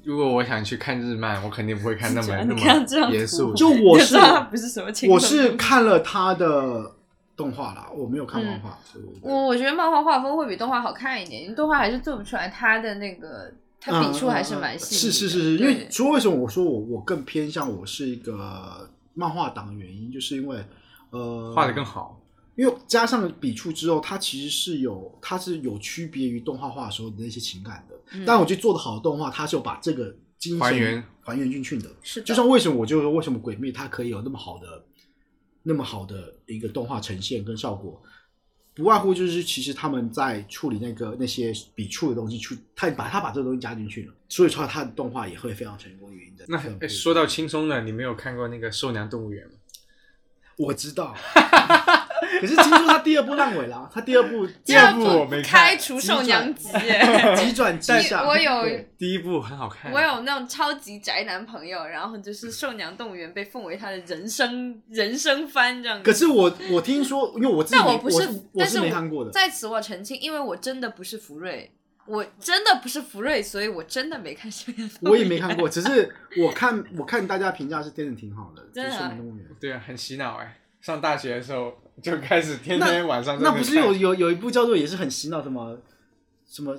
如果我想去看日漫，我肯定不会看那 么
你
那
看这样
么严肃。
就我
就是知道它不是什么情
我
况
是看了它的动画啦，我没有看漫画。所以我
嗯我我觉得漫画画风会比动画好看一点，因为动画还是做不出来它的那个，它笔
嗯
触还是蛮细腻
是是
的。
是是，因
对
为所以为什么我说我我更偏向我是一个漫画党的原因，就是因为呃
画的更，好，
因为加上笔触之后，它其实是有它是有区别于动画画的时候的那些情感的。
嗯
但我觉得做的好的动画，它是有把这个精神
还原
还原进去的。
是的
就像为什么我就说为什么《鬼灭》它可以有那么好的、那么好的一个动画呈现跟效果，不外乎就是其实他们在处理那个那些笔触的东西，去他把他把这个东西加进去了，所以说它的动画也会非常成功的原因的。
那
非常
哎
不一样
说到轻松的，你没有看过那个《兽娘动物园》吗？
我知道， 可是听说他第二部烂尾了，他啊第二部
第二
第二部我
部
没看
开除受 娘 级，
急转直下，
我有
对
第一部很好看，
我有那种超级宅男朋友，然后就是兽娘动物园被奉为他的人生人生番这样
可
子。
是我我听说，因为我自己
但
没
我不
我
是
我
但是
没
我
看过的，
在此我澄清，因为我真的不是福瑞，我真的不是福瑞，所以我真的没看兽娘动物园。
我也没看过，只是我看 我看大家评价是真的挺好的，
真的
就是
啊
动物园。
对啊，很洗脑哎。上大学的时候就开始天天晚上在
啊那不是
看
有有有一部叫做也是很洗脑什么什么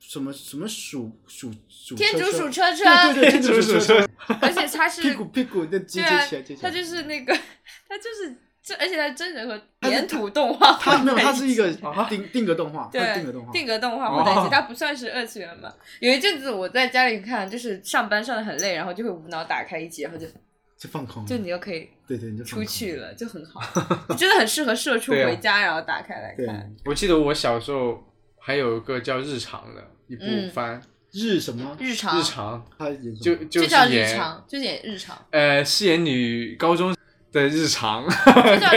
什么什么鼠鼠鼠
天竺鼠
车车，
车
对
车，
对对，天竺鼠车车，
而且他是
屁股屁股那接
对
接起来接起
啊，他
来，
就是那个，他就是这，而且他真人和粘土动画
他
混
没有，
在一
他
起
是一个 定定格动画，它是
对
定格动画，
定格动画混在一起
哦，
它不算是二次元嘛。有一阵子我在家里看，就是上班上的很累，然后就会无脑打开一集，然后就
就放空，
就你就可以
对对，你就放
出
空
去，了，就很好，就真的很适合社畜
对啊
回家然后打开来
对，
看。
我记得我小时候还有一个叫《日常》的一部
嗯
番，
日什么，
日常
日常
他演什
就
么
就
就
叫
是
日
演
常，就演 日常，
呃饰演女高中的日常，
就叫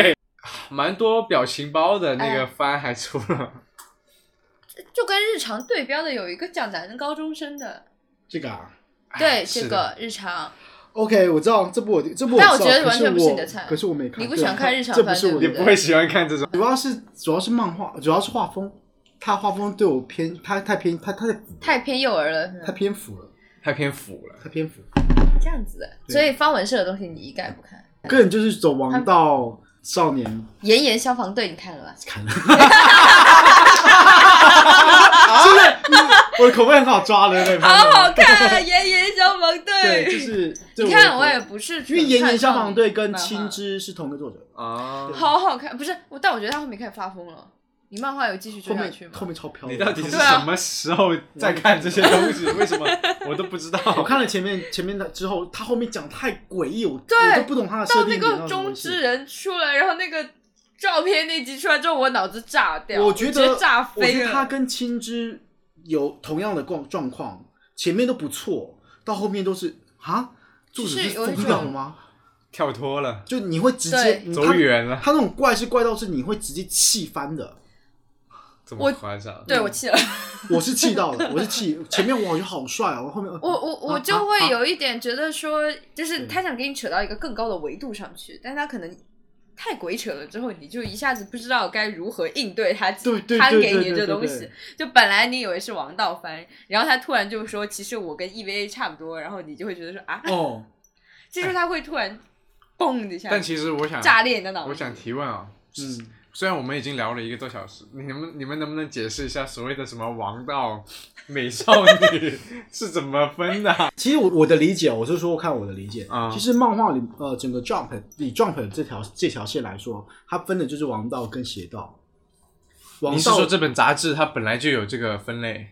蛮多表情包的那
哎
个番还出了，
就跟日常对标的有一个讲男高中生的，
这个啊。
对
哎是
这
的
个日常，
OK，我知道这部我这部我知
但我
道，
觉得
可
完全不
是
是
我
你的菜
可是我没看，
你不喜欢
对啊
看日常
这不
番
是我
对
你
的
不对
不会喜欢看这种。
主要是主要是漫画，主要是画风，他画风对我偏，他太偏，他太
太偏幼儿了，
太偏腐了，
太偏腐了。
他偏腐。
这样子的，
对
所以方文社的东西你一概不看。
个人就是走王道少年
炎炎消防队你看了吧？
看了，真的，嗯我的口味很好抓的，对
好
吧？
好看啊，炎炎消防
对，就
队。
是
你看我也
的口
不是
味因为《
纯看少女漫画，
炎炎消防队》跟《青之》是同一个作者，
啊
好好看，不是我，但我觉得他后面开始发疯了。你漫画有继续
后
追下去
面
吗？
后面超飘的。
你到 底是
对啊
什么时候在看这些东西？为什么我都不 知道？
我看了前面前面的之后，他后面讲太诡异，我
对
我都不懂他的设
到
定点
那个
到底怎么
中
回事
之人出来，然后那个照片那集出来之后，我脑子炸掉，
我
我
觉
觉
得
炸
我觉
飞
得他
了。
跟青之有同样的状状况，前面都不错，到后面都是啊，作者
就是
是
有一
疯掉
种
了吗？
跳脱了，
就你会直接
对
你
走远了，
他那种怪是怪到是你会直接气翻的，
这么夸张？
对我气了，
我是气到 了，我是气前面我好像好帅哦，后面
我我我
啊
就会有一点觉得说，就是他想给你扯到一个更高的维度上去，但他可能太鬼扯了，之后你就一下子不知道该如何应对他
对对
摊
对
给
对
你
对
的
对
东
对
西。就本来你以为是王道 E 番，然后他突然就说，其实我跟 EVA 差不多，然后你就会觉得说啊，
哦，
这时候它会突然嘣的一下，
但其实我想，
炸裂你的脑
我
子。
想提问啊，
嗯，
虽然我们已经聊了一个多小时，你们你们能不能解释一下所谓的什么王道美少女是怎么分的？
其实我我的理解，我是说看我的理解，
啊
其实漫画里呃整个 Jump 以 Jump 这条这条线来说，它分的就是王道跟邪道。王
你是
道
说这本杂志它本来就有这个分类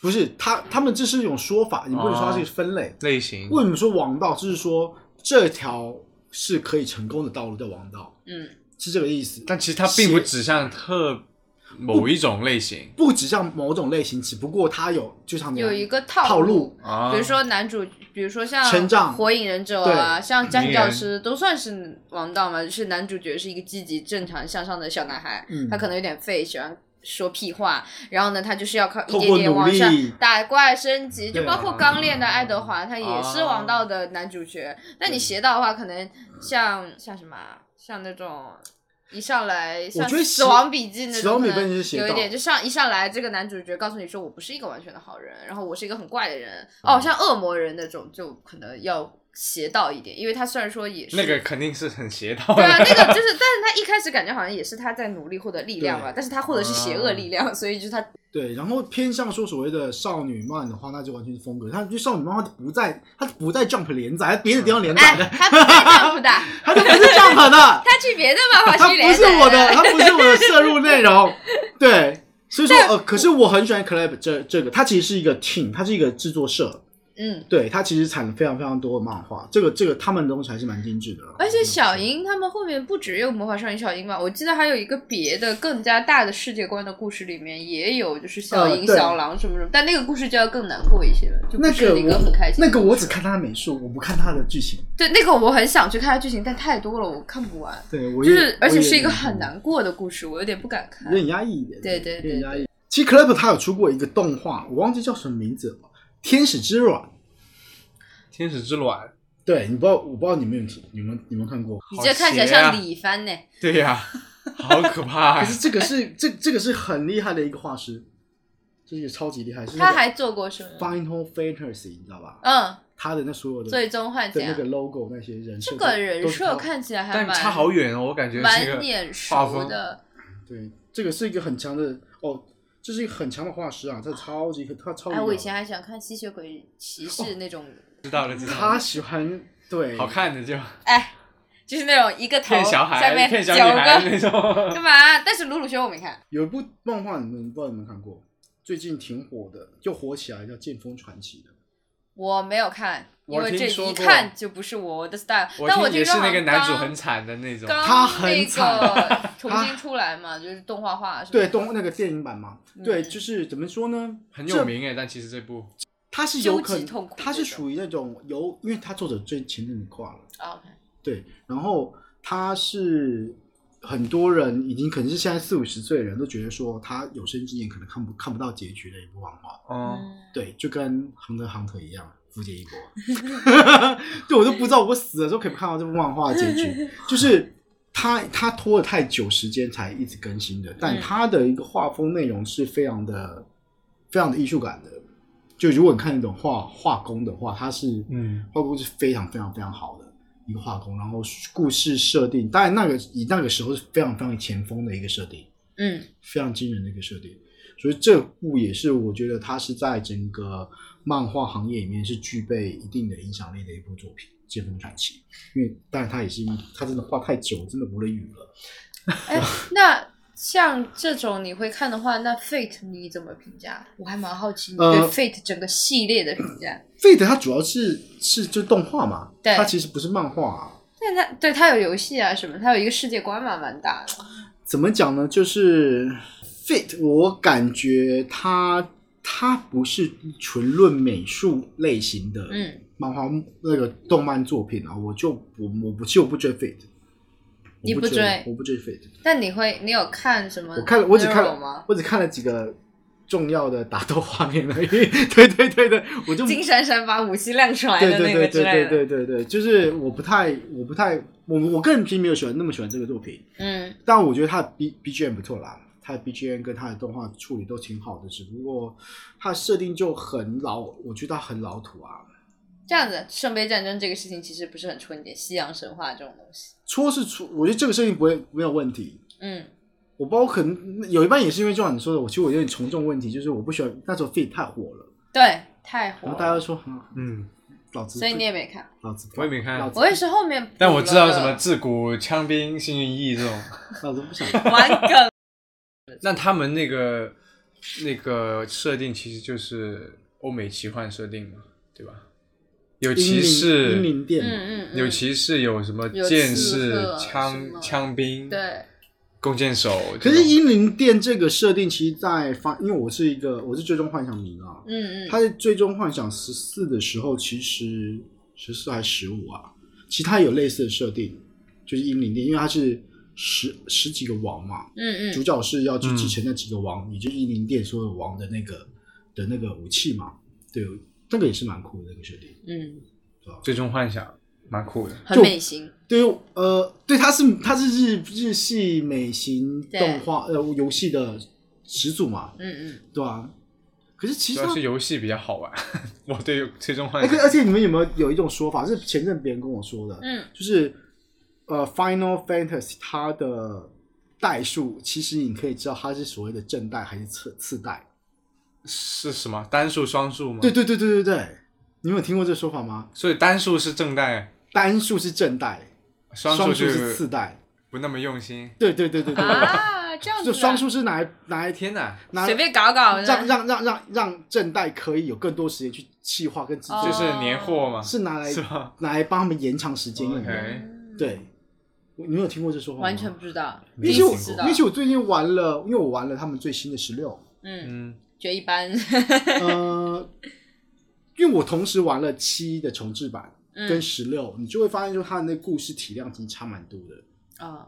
不是他他们这是一种说法，你不能说它是分类。
类型？
为什么说王道？就是说这条是可以成功的道路叫王道，
嗯，
是这个意思。
但其实它并不
写
指向特某一种类型
不指向某种类型，只不过它有就像你
有一个
套
套路，
啊。
比如说男主，比如说像
成长
火影忍者啊，像家庭教师都算是王道嘛，就是男主角是一个积极、正常、向上的小男孩，
嗯
他可能有点废，喜欢。说屁话，然后呢，他就是要靠一
透
点
过
点
努
往上
力
打怪升级，就
对
包括
啊
刚练的爱德华，他也是
啊
王道的男主
啊
角。那你邪道的话，可能像像什么啊，像那种一上来像
觉得邪
《死亡笔记》那
死亡
种，
笔
可
记
能
是邪
有一
道
点就上一上来，这个男主角告诉你说我不是一个完全的好人，然后我是一个很怪的人，
嗯
哦，像恶魔人那种就可能要邪道一点，因为他虽然说也是
那个。肯定是很邪道
对啊，
的，
那个就是，但是他一开始感觉好像也是他在努力获得力量嘛，
对嗯
但是他获得是邪恶力量，所以就是他
对，然后偏向说所谓的少女漫的话，那就完全是风格。它就少女漫画它不在，它不在 Jump 连载，它别的地方连载
哎，
的，
他不是 Jump 的，
它都不是 Jump 的，
他去别的漫 画
它
系列
不是我的，它不是我的摄入内 容。对，所以说呃，可是我很喜欢 Club 这这个，它其实是一个 team，它是一个制作社，
嗯，
对，它其实产了非常非常多的漫画，这个这个他们的东西还是蛮精致的。嗯
而且小樱他们后面不只有魔法少女小樱吧，我记得还有一个别的更加大的世界观的故事，里面也有就是小樱、
呃对
小狼什么什么，但那个故事就要更难过一些了，就不
那
是一
我
很开心的
那个我只看它的美术，我不看它的剧情。
对那个我很想去看它剧情，但太多了，我看不完，
对，我
就
也
是而且是一个
我也
很难过的故事，我有点不敢看
有。点压抑一点，
对对
有
对
点压
对，
抑。其实 Club 它有出过一个动画，我忘记叫什么名字了，《天使之卵》。
天使之卵，
对，你不知道，我不知道你们有提你们你们看过？
你这看起来
好邪啊
像李帆呢，
对呀、好可怕、啊
可是这个是 这这个是很厉害的一个画师，这个超级厉害。是那
他
个
还做过什么？
Final Fantasy 你知道吧？
嗯，
他的那所有的
最终幻
的那
想
个。logo 那些人设
这
都，
个人
都是
设
他
看起来还
但
蛮
差好远哦，我感觉是一
蛮
个
眼
画
熟
风
的，
对，这个是一个很强的哦，这是一个很强的画师啊，他超级他超级
哎，
屌的。
我以前
啊
还想看吸血鬼骑
哦
士那种，
知道了，知道
他
了，
喜欢对
好看的就
哎，就是那种一个头
骗小
下
孩、
面
骗小
九
女孩
个
那种。
干嘛？但是鲁鲁修我没看，
有一部漫画，你们不知道你们看过？最近挺火的，就火起来叫《剑锋传奇》的。
我没有看，因
我
为
听
这
说
一
过
看就不是我的 style。
我
但我
听
听
也
说
是
好
那
像
个男主
刚
很惨的那种，
刚
他很
那
惨
个 重新出来嘛，就是动画化是吧？
对，动那个电影版嘛，对，
嗯
就是怎么说呢？
很有名哎。但其实这部
它是有可
究极痛
能
苦，
它是
那种
属于那种有，因为它作者最前阵子挂了，
啊，OK，
对，然后他是很多人已经可能是现在四五十岁的人都觉得说他有生之年可能看不看不到结局的一部漫画，
哦，
对，就跟《亨特·亨特》一样，福建一国，对我都不知道我死的时候可以看到这部漫画的结局，就是他他拖了太久时间才一直更新的，但
嗯
他的一个画风内容是非常的非常的艺术感的，就如果你看那种画画工的话，它是
嗯，
画工是非常非常非常好的一个画工，然后故事设定，当然那个以那个时候是非常非常前锋的一个设定，
嗯
非常惊人的一个设定。所以这部也是我觉得它是在整个漫画行业里面是具备一定的影响力的一部作品，《剑锋传奇》。因为，但是它也是因为它真的画太久，真的无了语了。
哎，那像这种你会看的话，那 Fate 你怎么评价？我还蛮好奇你对
呃
Fate 整个系列的评价。
Fate 它主要是是就动画嘛，
对
它其实不是漫画、啊。
但它对它有游戏啊什么，它有一个世界观嘛，蛮大的。
怎么讲呢？就是 Fit，我感觉它它不是纯论美术类型的
嗯
漫画、那个动漫作品啊，我就我我不就不追 Fit，
你
我
不
不
追嗯
我不追 Fit，
但你会，你有看什么？
我看了我只看了
吗？
我只看了几个重要的打斗画面而已。 对对对对，我就
金闪闪把武器亮出来
对
的
对
那
对
个之
对对
类的。
对对对，就是我不太我不太我我个人并没有喜欢那么喜欢这个作品，
嗯，
但我觉得他的 B B G M 不错啦，他的 B G M 跟他的动画处理都挺好的，只不过他设定就很老，我觉得他很老土啊。
这样子，圣杯战争这个事情其实不是很纯洁，西洋神话这种东西。
戳是戳，我觉得这个事情不会没有问题。
嗯，
我包括可能有一半也是因为就像你说的，我其实我有点从众问题，就是我不喜欢那时候 Fit 太火了，
对，太火
然后大家
了，
都说、嗯、
嗯，
老子，
所以你也没看。
老子不，
我也没看
老子
我也是后面补了，
但我知道什么自古枪兵幸运意这种。
老子不 想。
玩 梗。
那他们那个那个设定其实就是欧美奇幻设定嘛，对吧？有骑
英
士，
灵殿嘛，
嗯嗯嗯，
有骑士，有什么
有刺
剑士
客、什么
枪枪兵、
对，
弓箭手这
可
种。
是英灵殿这个设定，其实在发，因为我是一个我是最终幻想迷啊，
嗯嗯，
他在最终幻想十四的时候，其实十四还十五啊，其他有类似的设定，就是英灵殿，因为它是十十几个王嘛，
嗯
主
嗯，
角是要去
嗯
继承那几个王，也就是英灵殿所有王的那个的那个武器嘛，对，这个也是蛮酷的那个设定。
嗯，
最终幻想蛮酷的，
很美型。
对于，呃，对，它是它是日日系美型
对
动画呃游戏的始祖嘛，
嗯嗯，
对啊。可是其
主
实
要
它
啊是游戏比较好玩。 我对最终幻
哎，可
想，
而且你们有没有有一种说法，是前阵别人跟我说的，
嗯，
就是呃，Final Fantasy 它的代数，其实你可以知道它是所谓的正代还是次次代。
是什么单数、双数吗？
对，对对对对对，你们有听过这个说法吗？
所以单数是正代，
单数是正代，
双
双
数就是
次代。
不那么用心。
对对对对对，
啊，这样子
就
的，
双数是拿来拿来
天哪，
拿
随便搞搞，
让让让让让正代可以有更多时间去气化跟制作，
哦
就是年货嘛，
是拿来
是吧？
拿来帮他们延长时间用的。
OK
嗯，
对，你们有听过这说法吗？
完全不知道，
因
第
为
一
其实我
次知
因
道
为，其实我最近玩了，因为我玩了他们最新的十六，
嗯，
嗯，
觉得一般，
呃，因为我同时玩了七的重置版跟
嗯，
十六、你就会发现说它的那故事体量其实差蛮多的。
啊，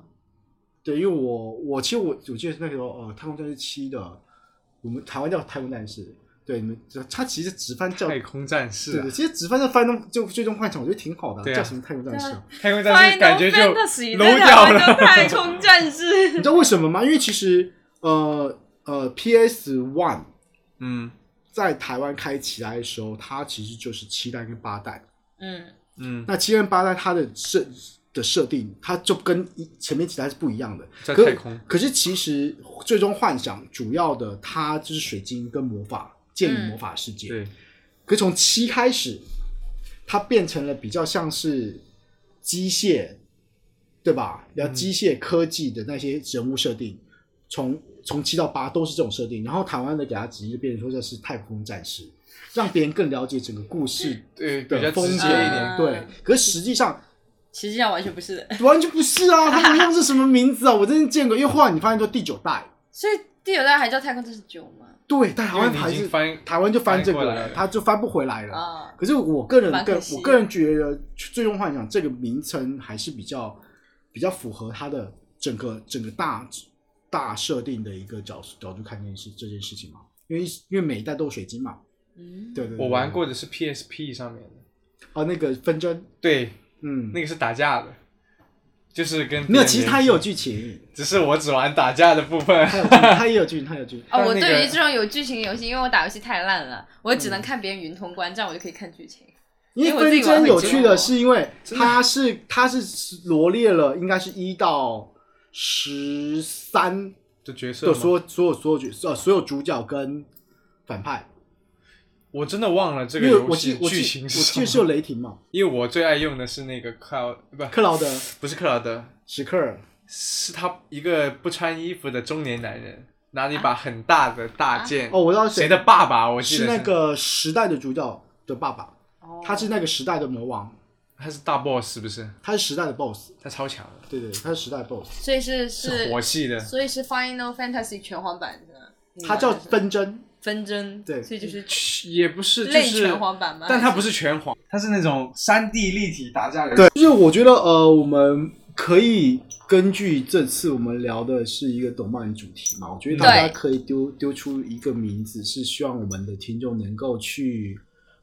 对，因为我我其实我我记得那时候呃，太空战士七的，我们台湾叫太空战士，对，你们它其实直翻叫
太空战士
对
啊
对，，其实直翻叫翻动就最终幻想，我觉得挺好的、
对啊
叫什么太空战士、啊？
太空战士感觉就
Final Fantasy
楼
在台
掉
湾
了
叫太空战士
你，知道为什么吗？因为其实呃呃，PS One
嗯
在台湾开起来的时候，它其实就是七代跟八代。
嗯
嗯，
那七跟八代它的设的设定，它就跟一前面几代是不一样的。
在
可
太空，
可是其实最终幻想主要的它就是水晶跟魔法建立魔法世界。
对，
可从七开始，它变成了比较像是机械，对吧？要
嗯
机械科技的那些人物设定，从从七到八都是这种设定。然后台湾的给它直接变成说这是太空战士，让别人更了解整个故事
对，比较
的风
直
格。
接一点。
对，可是实际上
实际上完全不是的，
完全不是 啊！他们用是什么名字啊？我真的见过，因为后来你发现说第九代，
所以第九代还叫太空战士九吗？
对，但台
因为
湾
你
还
已
是
经翻
台湾就翻这个
翻过来
了，
了
他就翻不回来了。
啊，
可是我个人
蛮
个
可惜
我个人觉得《最终幻想》这个名称还是比较比较符合它的整个整个大大设定的一个角角度看这件事这件事情嘛，因为因为每一代都有水晶嘛，
嗯，
对对对
我玩过的是 PSP 上面的，
哦那个纷争，
对，
嗯，
那个是打架的，就是跟别
没有，
人
其实它
联
也
系
有，剧情，
只是我只玩打架的部分。
它有 剧它也有剧情，它也有剧情。
哦，
但
我
那
对于
个嗯
这种有剧情的游戏，因为我打游戏太烂了，我只能看别人云通关，这样我就可以看剧情。
因为
因为我自
纷
己玩
争
很
有
久
趣的是，因为
真的
它是它是罗列了应该是一到十三
的角色
的
吗，
所有所有所有角色呃所有主角跟反派。
我真的忘了这
因
个
为
游
我记
戏
我
剧
记
情
我
是
记
什
得是有
么。
雷霆嘛，
因为我最爱用的是那个克劳，不
克劳德、
不是克劳德，
史克尔，
是他一个不穿衣服的中年男人，拿了一把很大的
啊
大剑。
哦，我知道
谁的爸爸？嗯我记
是
得
那个时代的主角的爸爸，
哦
他是那个时代的魔王，
他是大 boss 是不是？
他是时代的 BOSS，
他超强的，
对对，他是时代 BOSS，
所以是
是火系的。
所以是 Final Fantasy 拳皇版的，你
他
玩
叫
嗯
的是
纷争，
纷争，
对
所以就是
也不是，就
类
是
拳，皇版吗？
但它不
是
是拳皇，它是那种三 D 立体打架游戏。
对，就是我觉得呃，我们可以根据这次我们聊的是一个动漫主题嘛，我觉得大家
对
可以丢丢出一个名字，是希望我们的听众能够去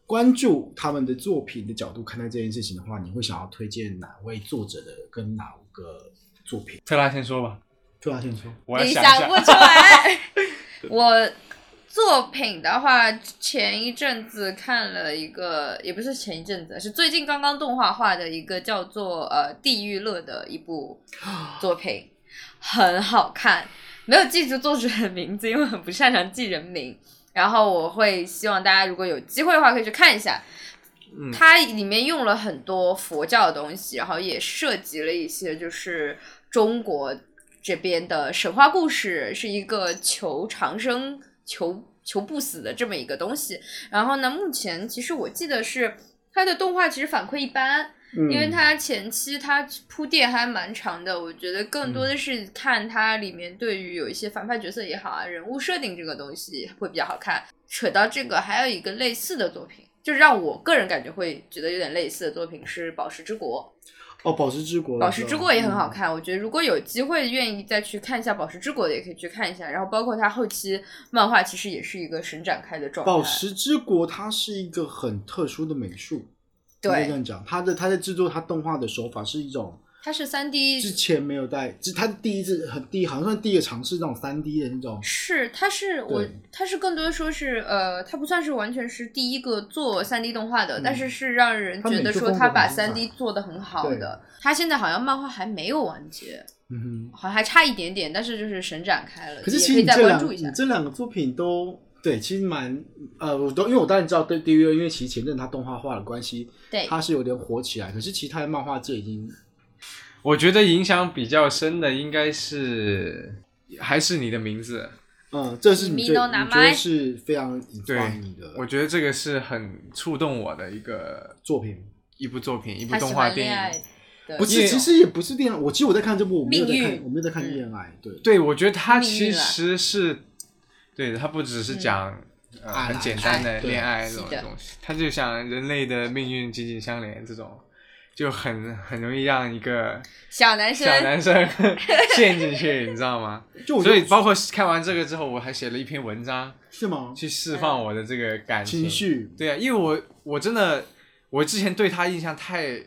关注他们的作品的角度看待这件事情的话，你会想要推荐哪位作者的跟哪个作品？
特拉先说吧，
对啊，先说，
我要
你
想一
想不出来。我作品的话，前一阵子看了一个，也不是前一阵子，是最近刚刚动画化的一个叫做呃《地狱乐》的一部作品，很好看。没有记住作者的名字，因为我很不擅长记人名。然后我会希望大家如果有机会的话，可以去看一下。
嗯
它里面用了很多佛教的东西，然后也涉及了一些就是中国这边的神话故事，是一个求长生、求求不死的这么一个东西。然后呢，目前其实我记得是它的动画其实反馈一般，
嗯
因为它前期它铺垫还蛮长的，我觉得更
嗯
多的是看它里面对于有一些反派角色也好啊，人物设定这个东西会比较好看。扯到这个，还有一个类似的作品，就是让我个人感觉会觉得有点类似的作品是《宝石之国》。
哦，宝石之国，
宝石之国也很
嗯。
好看，我觉得如果有机会愿意再去看一下宝石之国的，也可以去看一下。然后包括它后期漫画其实也是一个神展开的状
嗯
态。
宝石之国它是一个很特殊的美术，可以这
对，
样讲，它的它在制作它动画的手法是一种
它是三 D
之前没有在，之它第一次很第一好像算第一个尝试那种三 D 的那种，
是，他是我
对，
他是更多说是呃，他不算是完全是第一个做三 D 动画的，但是
嗯
是让人
它
觉
美
得
术
说
风
他
格
把
很
三
大
D 做的很好
对
的。他现在好像漫画还没有完结，
嗯
好像还差一点点，但是就是神展开了，
哼。可是
也
其
可
实
以
你
再
这
关
两
注一下
你。这两个作品都对，其实蛮呃，我都因为我当然知道对地狱，因为其实前阵它动画化的关系，
对，
它是有点火起来，可是其他的漫画界已经
我觉得影响比较深的应该是还是你的名字，
嗯，这是你最
米诺
你
拿
觉
麦
得是非常引发你的
我觉得这个是很触动我的一个
作品。
一部作品，一部
他
动
喜
画
欢恋
电
爱
影。
的，
不是，其实也不是恋爱。我其实我在看这部，我没有在
命
看，
运
我没有在看
嗯
恋爱。对，
对，我觉得它
命运
其
了嗯
实是，对，它不只是讲、呃、
爱
很
啦
简单的
对
恋爱这
是
种
的
东西，它就像人类的命运紧紧相连这种，就很很容易让一个
小男
小
生
男生 陷进去，你知道吗？
就我觉
所以
得
包括看完这个之后，我还写了一篇文章
是吗？
去释放
嗯
我的这个感情
情绪，
对啊，因为我我真的我之前对他印象太，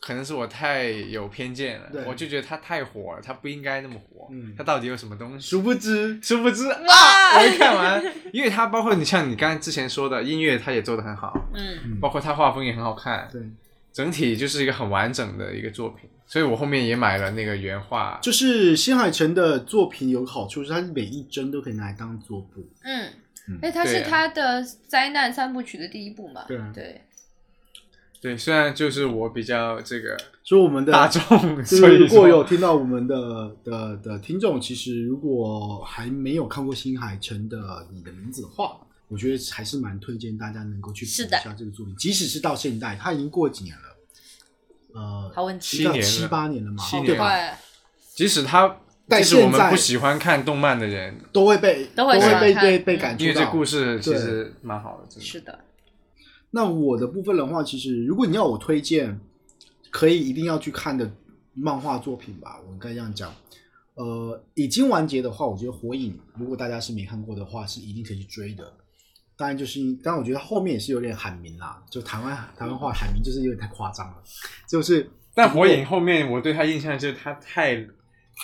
可能是我太有偏见了
对，
我就觉得他太火了，他不应该那么火，
嗯
他到底有什么东西？
殊不知，
殊不知
哇
啊，我一看完，因为他包括你像你刚才之前说的音乐，他也做的很好，
嗯，
包括他画风也很好看，
对，
整体就是一个很完整的一个作品，所以我后面也买了那个原画，
就是新海诚的作品有个好处，是它每一帧都可以拿来当桌布。
嗯
嗯，
哎，他是
对啊
他的灾难三部曲的第一部嘛？
对啊
对，
对，虽然就是我比较这个
所以我们的
大众，
就
所
是
以
如
说
果有听到我们的的的听众，其实如果还没有看过新海诚的《你的名字》的话，我觉得还是蛮推荐大家能够去补
是
一
的
下这个作品，即使是到现代，它已经过几年了，呃，
好问
七
题，
年了
七八年了嘛，哦
七
好啊
年
对吧？
快，
即使他，
但
即使我
现在
们不喜欢看动漫的人，
都会被
都会
会
想
被
看
被被
嗯
感触
因为
到。
这故事其
对
实蛮好的，真的。
是的，
那我的部分的话，其实如果你要我推荐，可以一定要去看的漫画作品吧，我应该这样讲。呃，已经完结的话，我觉得《火影》如果大家是没看过的话，是一定可以去追的。当然就是，当然我觉得后面也是有点喊名啦，就台湾台湾话喊名就是有点太夸张了，就是
但火影后面我对他印象就是他太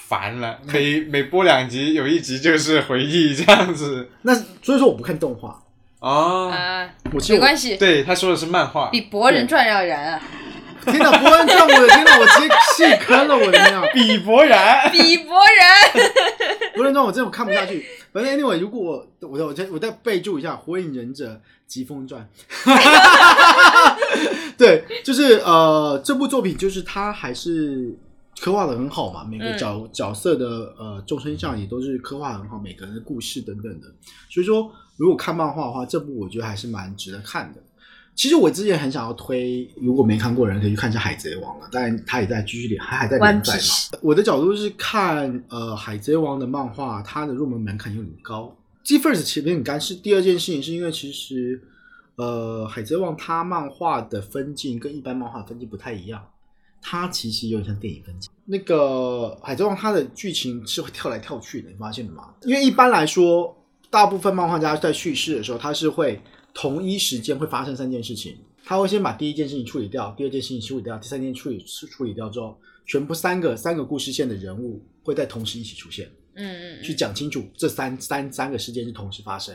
烦 了，每每播两集有一集就是回忆这样子。
那所以说我不看动画，
哦，
啊，
我嗯其实
没
我
关系，
对，他说的是漫画，
比《博人传》要燃啊！
天哪，不能看我的天哪，我直接气坑了我的天哪！啊
比伯然。
比伯 人，
不论状我真的看不下去。反正 anyway，如果我我我再我再备注一下《火影忍者疾风传》， 对，就是呃这部作品就是它还是刻画的很好嘛，每个角、角色的呃众生相也都是刻画得很好，每个人的故事等等的。所以说，如果看漫画的话，这部我觉得还是蛮值得看的。其实我之前很想要推，如果没看过的人可以去看一下《海贼王》了，当然它也在继续连，它还在连载嘛。我的角度是看呃《海贼王》的漫画，它的入门门槛有点高。G First 其实很干是第二件事情，是因为其实呃《海贼王》它漫画的分镜跟一般漫画分镜不太一样，它其实有点像电影分镜。那个《海贼王》它的剧情是会跳来跳去的，你发现了吗？因为一般来说，大部分漫画家在叙事的时候，它是会同一时间会发生三件事情，他会先把第一件事情处理掉，第二件事情处理掉，第三件处理处理掉之后，全部三个三个故事线的人物会在同时一起出现，
嗯嗯，
去讲清楚这三三三个事件是同时发生。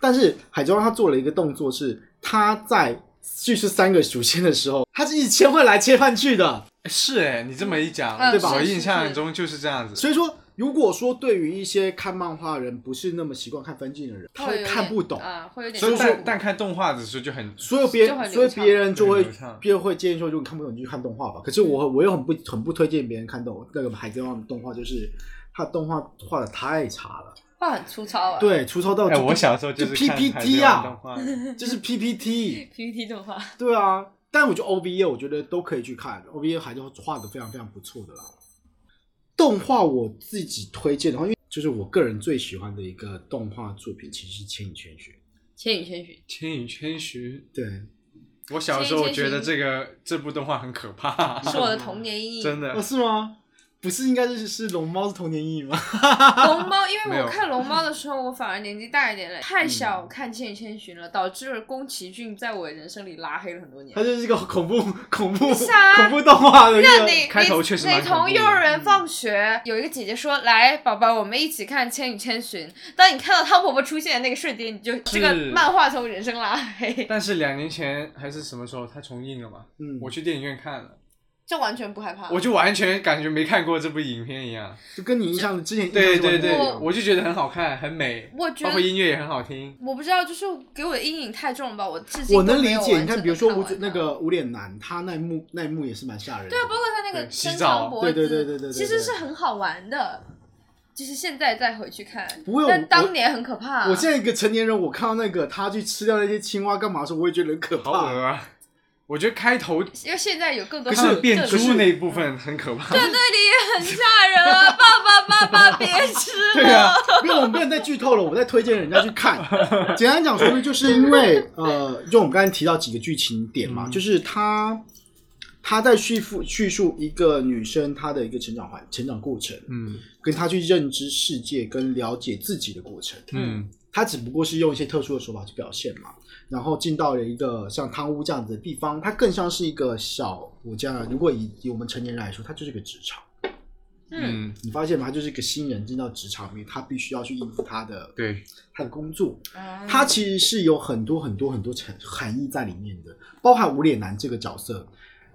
但是海贼王他做了一个动作是，他在去世三个属性的时候，他是一直切换来切换去的。
哎 是哎，你这么一讲，
嗯
对吧
我
是是
印象
是
中就是这样子。
所以说，如果说对于一些看漫画的人不是那么习惯看分镜的人，他
会有
会
点
看不懂。
啊，会有点
所以说
冲
但
突
但看动画的时候就很
所以别
就很流
所以
畅
别人就会
就很流畅
别人会建议说，如果你看不懂，你就去看动画吧。可是我
嗯
我又很不很不推荐别人看动那个《海贼王》的动画，就是它动画画的太差了，
话很粗糙啊。
对，粗糙到
哎，
就
我小时候就是
就
看
PPT
啊，动
啊，
画，
就是 PPT，
，PPT 动画，
对啊。但我觉得 OVA 我觉得都可以去看，OVA 还是画的非常非常不错的啦。动画我自己推荐的话，因为就是我个人最喜欢的一个动画作品，其实是《千与千寻》。
千与千寻，
千与千寻。
对，
我小时候我觉得这个这部动画很可怕，
是我的童年 阴影。
真
哦，
的。
是吗？不是应该是是龙猫是童年阴影 吗？
龙猫，因
没
为
有
我看龙猫的时候，我反而年纪大一点了，太小看《千与千寻》了，导致宫崎骏在我人生里拉黑了很多年
它。就是一个恐怖恐怖
是啊
恐怖动画的一
那
个。
你
开头确实
你
蛮
你
恐怖
从
的
幼儿园放学，有一个姐姐说：“来，宝宝，我们一起看《千与千寻》。”当你看到汤婆婆出现的那个瞬间，你就这个漫画从人生拉黑，
但是两年前还是什么时候，它重映了嘛？
嗯，
我去电影院看了，
这完全不害怕。
我就完全感觉没看过这部影片一样。
就跟你印象的之前印象
对
是完
对
全
对
不一样，
我就觉得很好看，很美，
我觉得
包括音乐也很好听。
我不知道，就是给我的阴影太重了吧，我至今
我能
都没
理
有
解。
完
你看，
整
比如
地
说
看
无
完
那
它
个无脸男，他那一幕那一幕也是蛮吓人的。对
对，啊包括他那个
对
伸
洗澡
长脖子，
对对对对对对
其实是很好玩的，就是现在再回去看，
不会我
但当年很可怕、
我现在一个成年人，我看到那个他去吃掉那些青蛙干嘛的时候，我也觉得很可
好恶
怕。
啊！我觉得开头
因为现在有更多
可
他
是
们变
这
猪那一部分很可怕。
那里也很吓人啊！爸爸 爸爸别吃
对
了，
啊，因为我们不能再剧透了，我在推荐人家去 看。简单讲说呢，就是因为呃，就我们刚才提到几个剧情点嘛，
嗯
就是他他在叙述叙述一个女生她的一个成长环成长过程，
嗯
跟她去认知世界跟了解自己的过程。
嗯
他只不过是用一些特殊的手法去表现嘛，然后进到了一个像汤屋这样子的地方，它更像是一个小国家。如果以以我们成年人来说，它就是一个职场，
嗯，
嗯，
你发现吗？他就是一个新人进到职场里面，他必须要去应付他的
对，
他的工作，
嗯
他其实是有很多很多很多含含义在里面的，包含无脸男这个角色，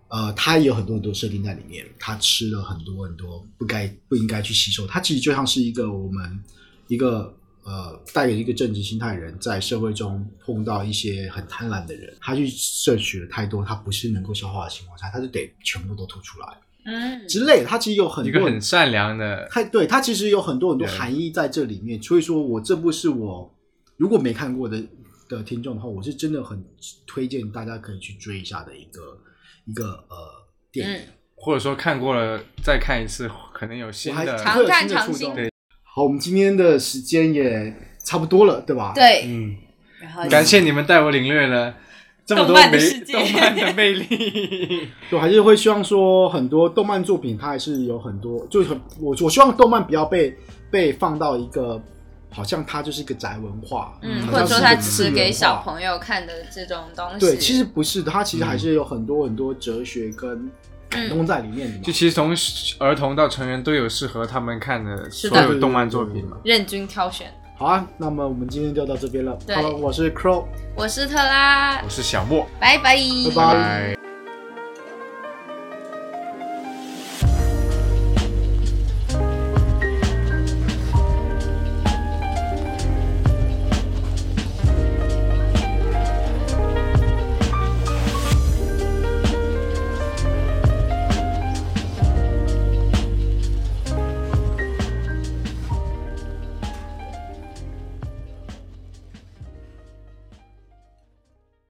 呃，他也有很多很多设定在里面，他吃了很多很多不该不应该去吸收，他其实就像是一个我们一个呃带有一个政治心态的人在社会中碰到一些很贪婪的人，他去摄取了太多，他不是能够消化的情况下，他就得全部都吐出来
嗯
之类的，他其实有很
一
多
个很善良的，
它对它其实有很多很多
对
含义在这里面，所以说我这部是我如果没看过的的听众的话，我是真的很推荐大家可以去追一下的一个一个呃电
嗯
影。
或者说看过了再看一次，可能有新
我还
的。
常
会有新
看
的
常
触
新
动
对
好，我们今天的时间也差不多了，对吧？，
对，
嗯，
然后
感谢你们带我领略了这么多
动漫的
美
世界
动漫的魅力。
我还是会希望说很多动漫作品它还是有很多，就是很我我希望动漫不要被被放到一个好像它就是一个宅文化，
嗯，
好
或者
像
说
是
他
一个
只
次
是
元
给小
化
朋友看的这种东西，
对，其实不是的，它其实还是有很多很多哲学跟感
嗯
动在里面的嘛。
就其实从儿童到成人都有适合他们看的
是
所
的
有动漫作品嘛。
任君挑选。
好啊，那么我们今天就到这边了。
对
好了，我是 Crow，
我是特拉
我，是小莫，
拜拜，
拜
拜拜。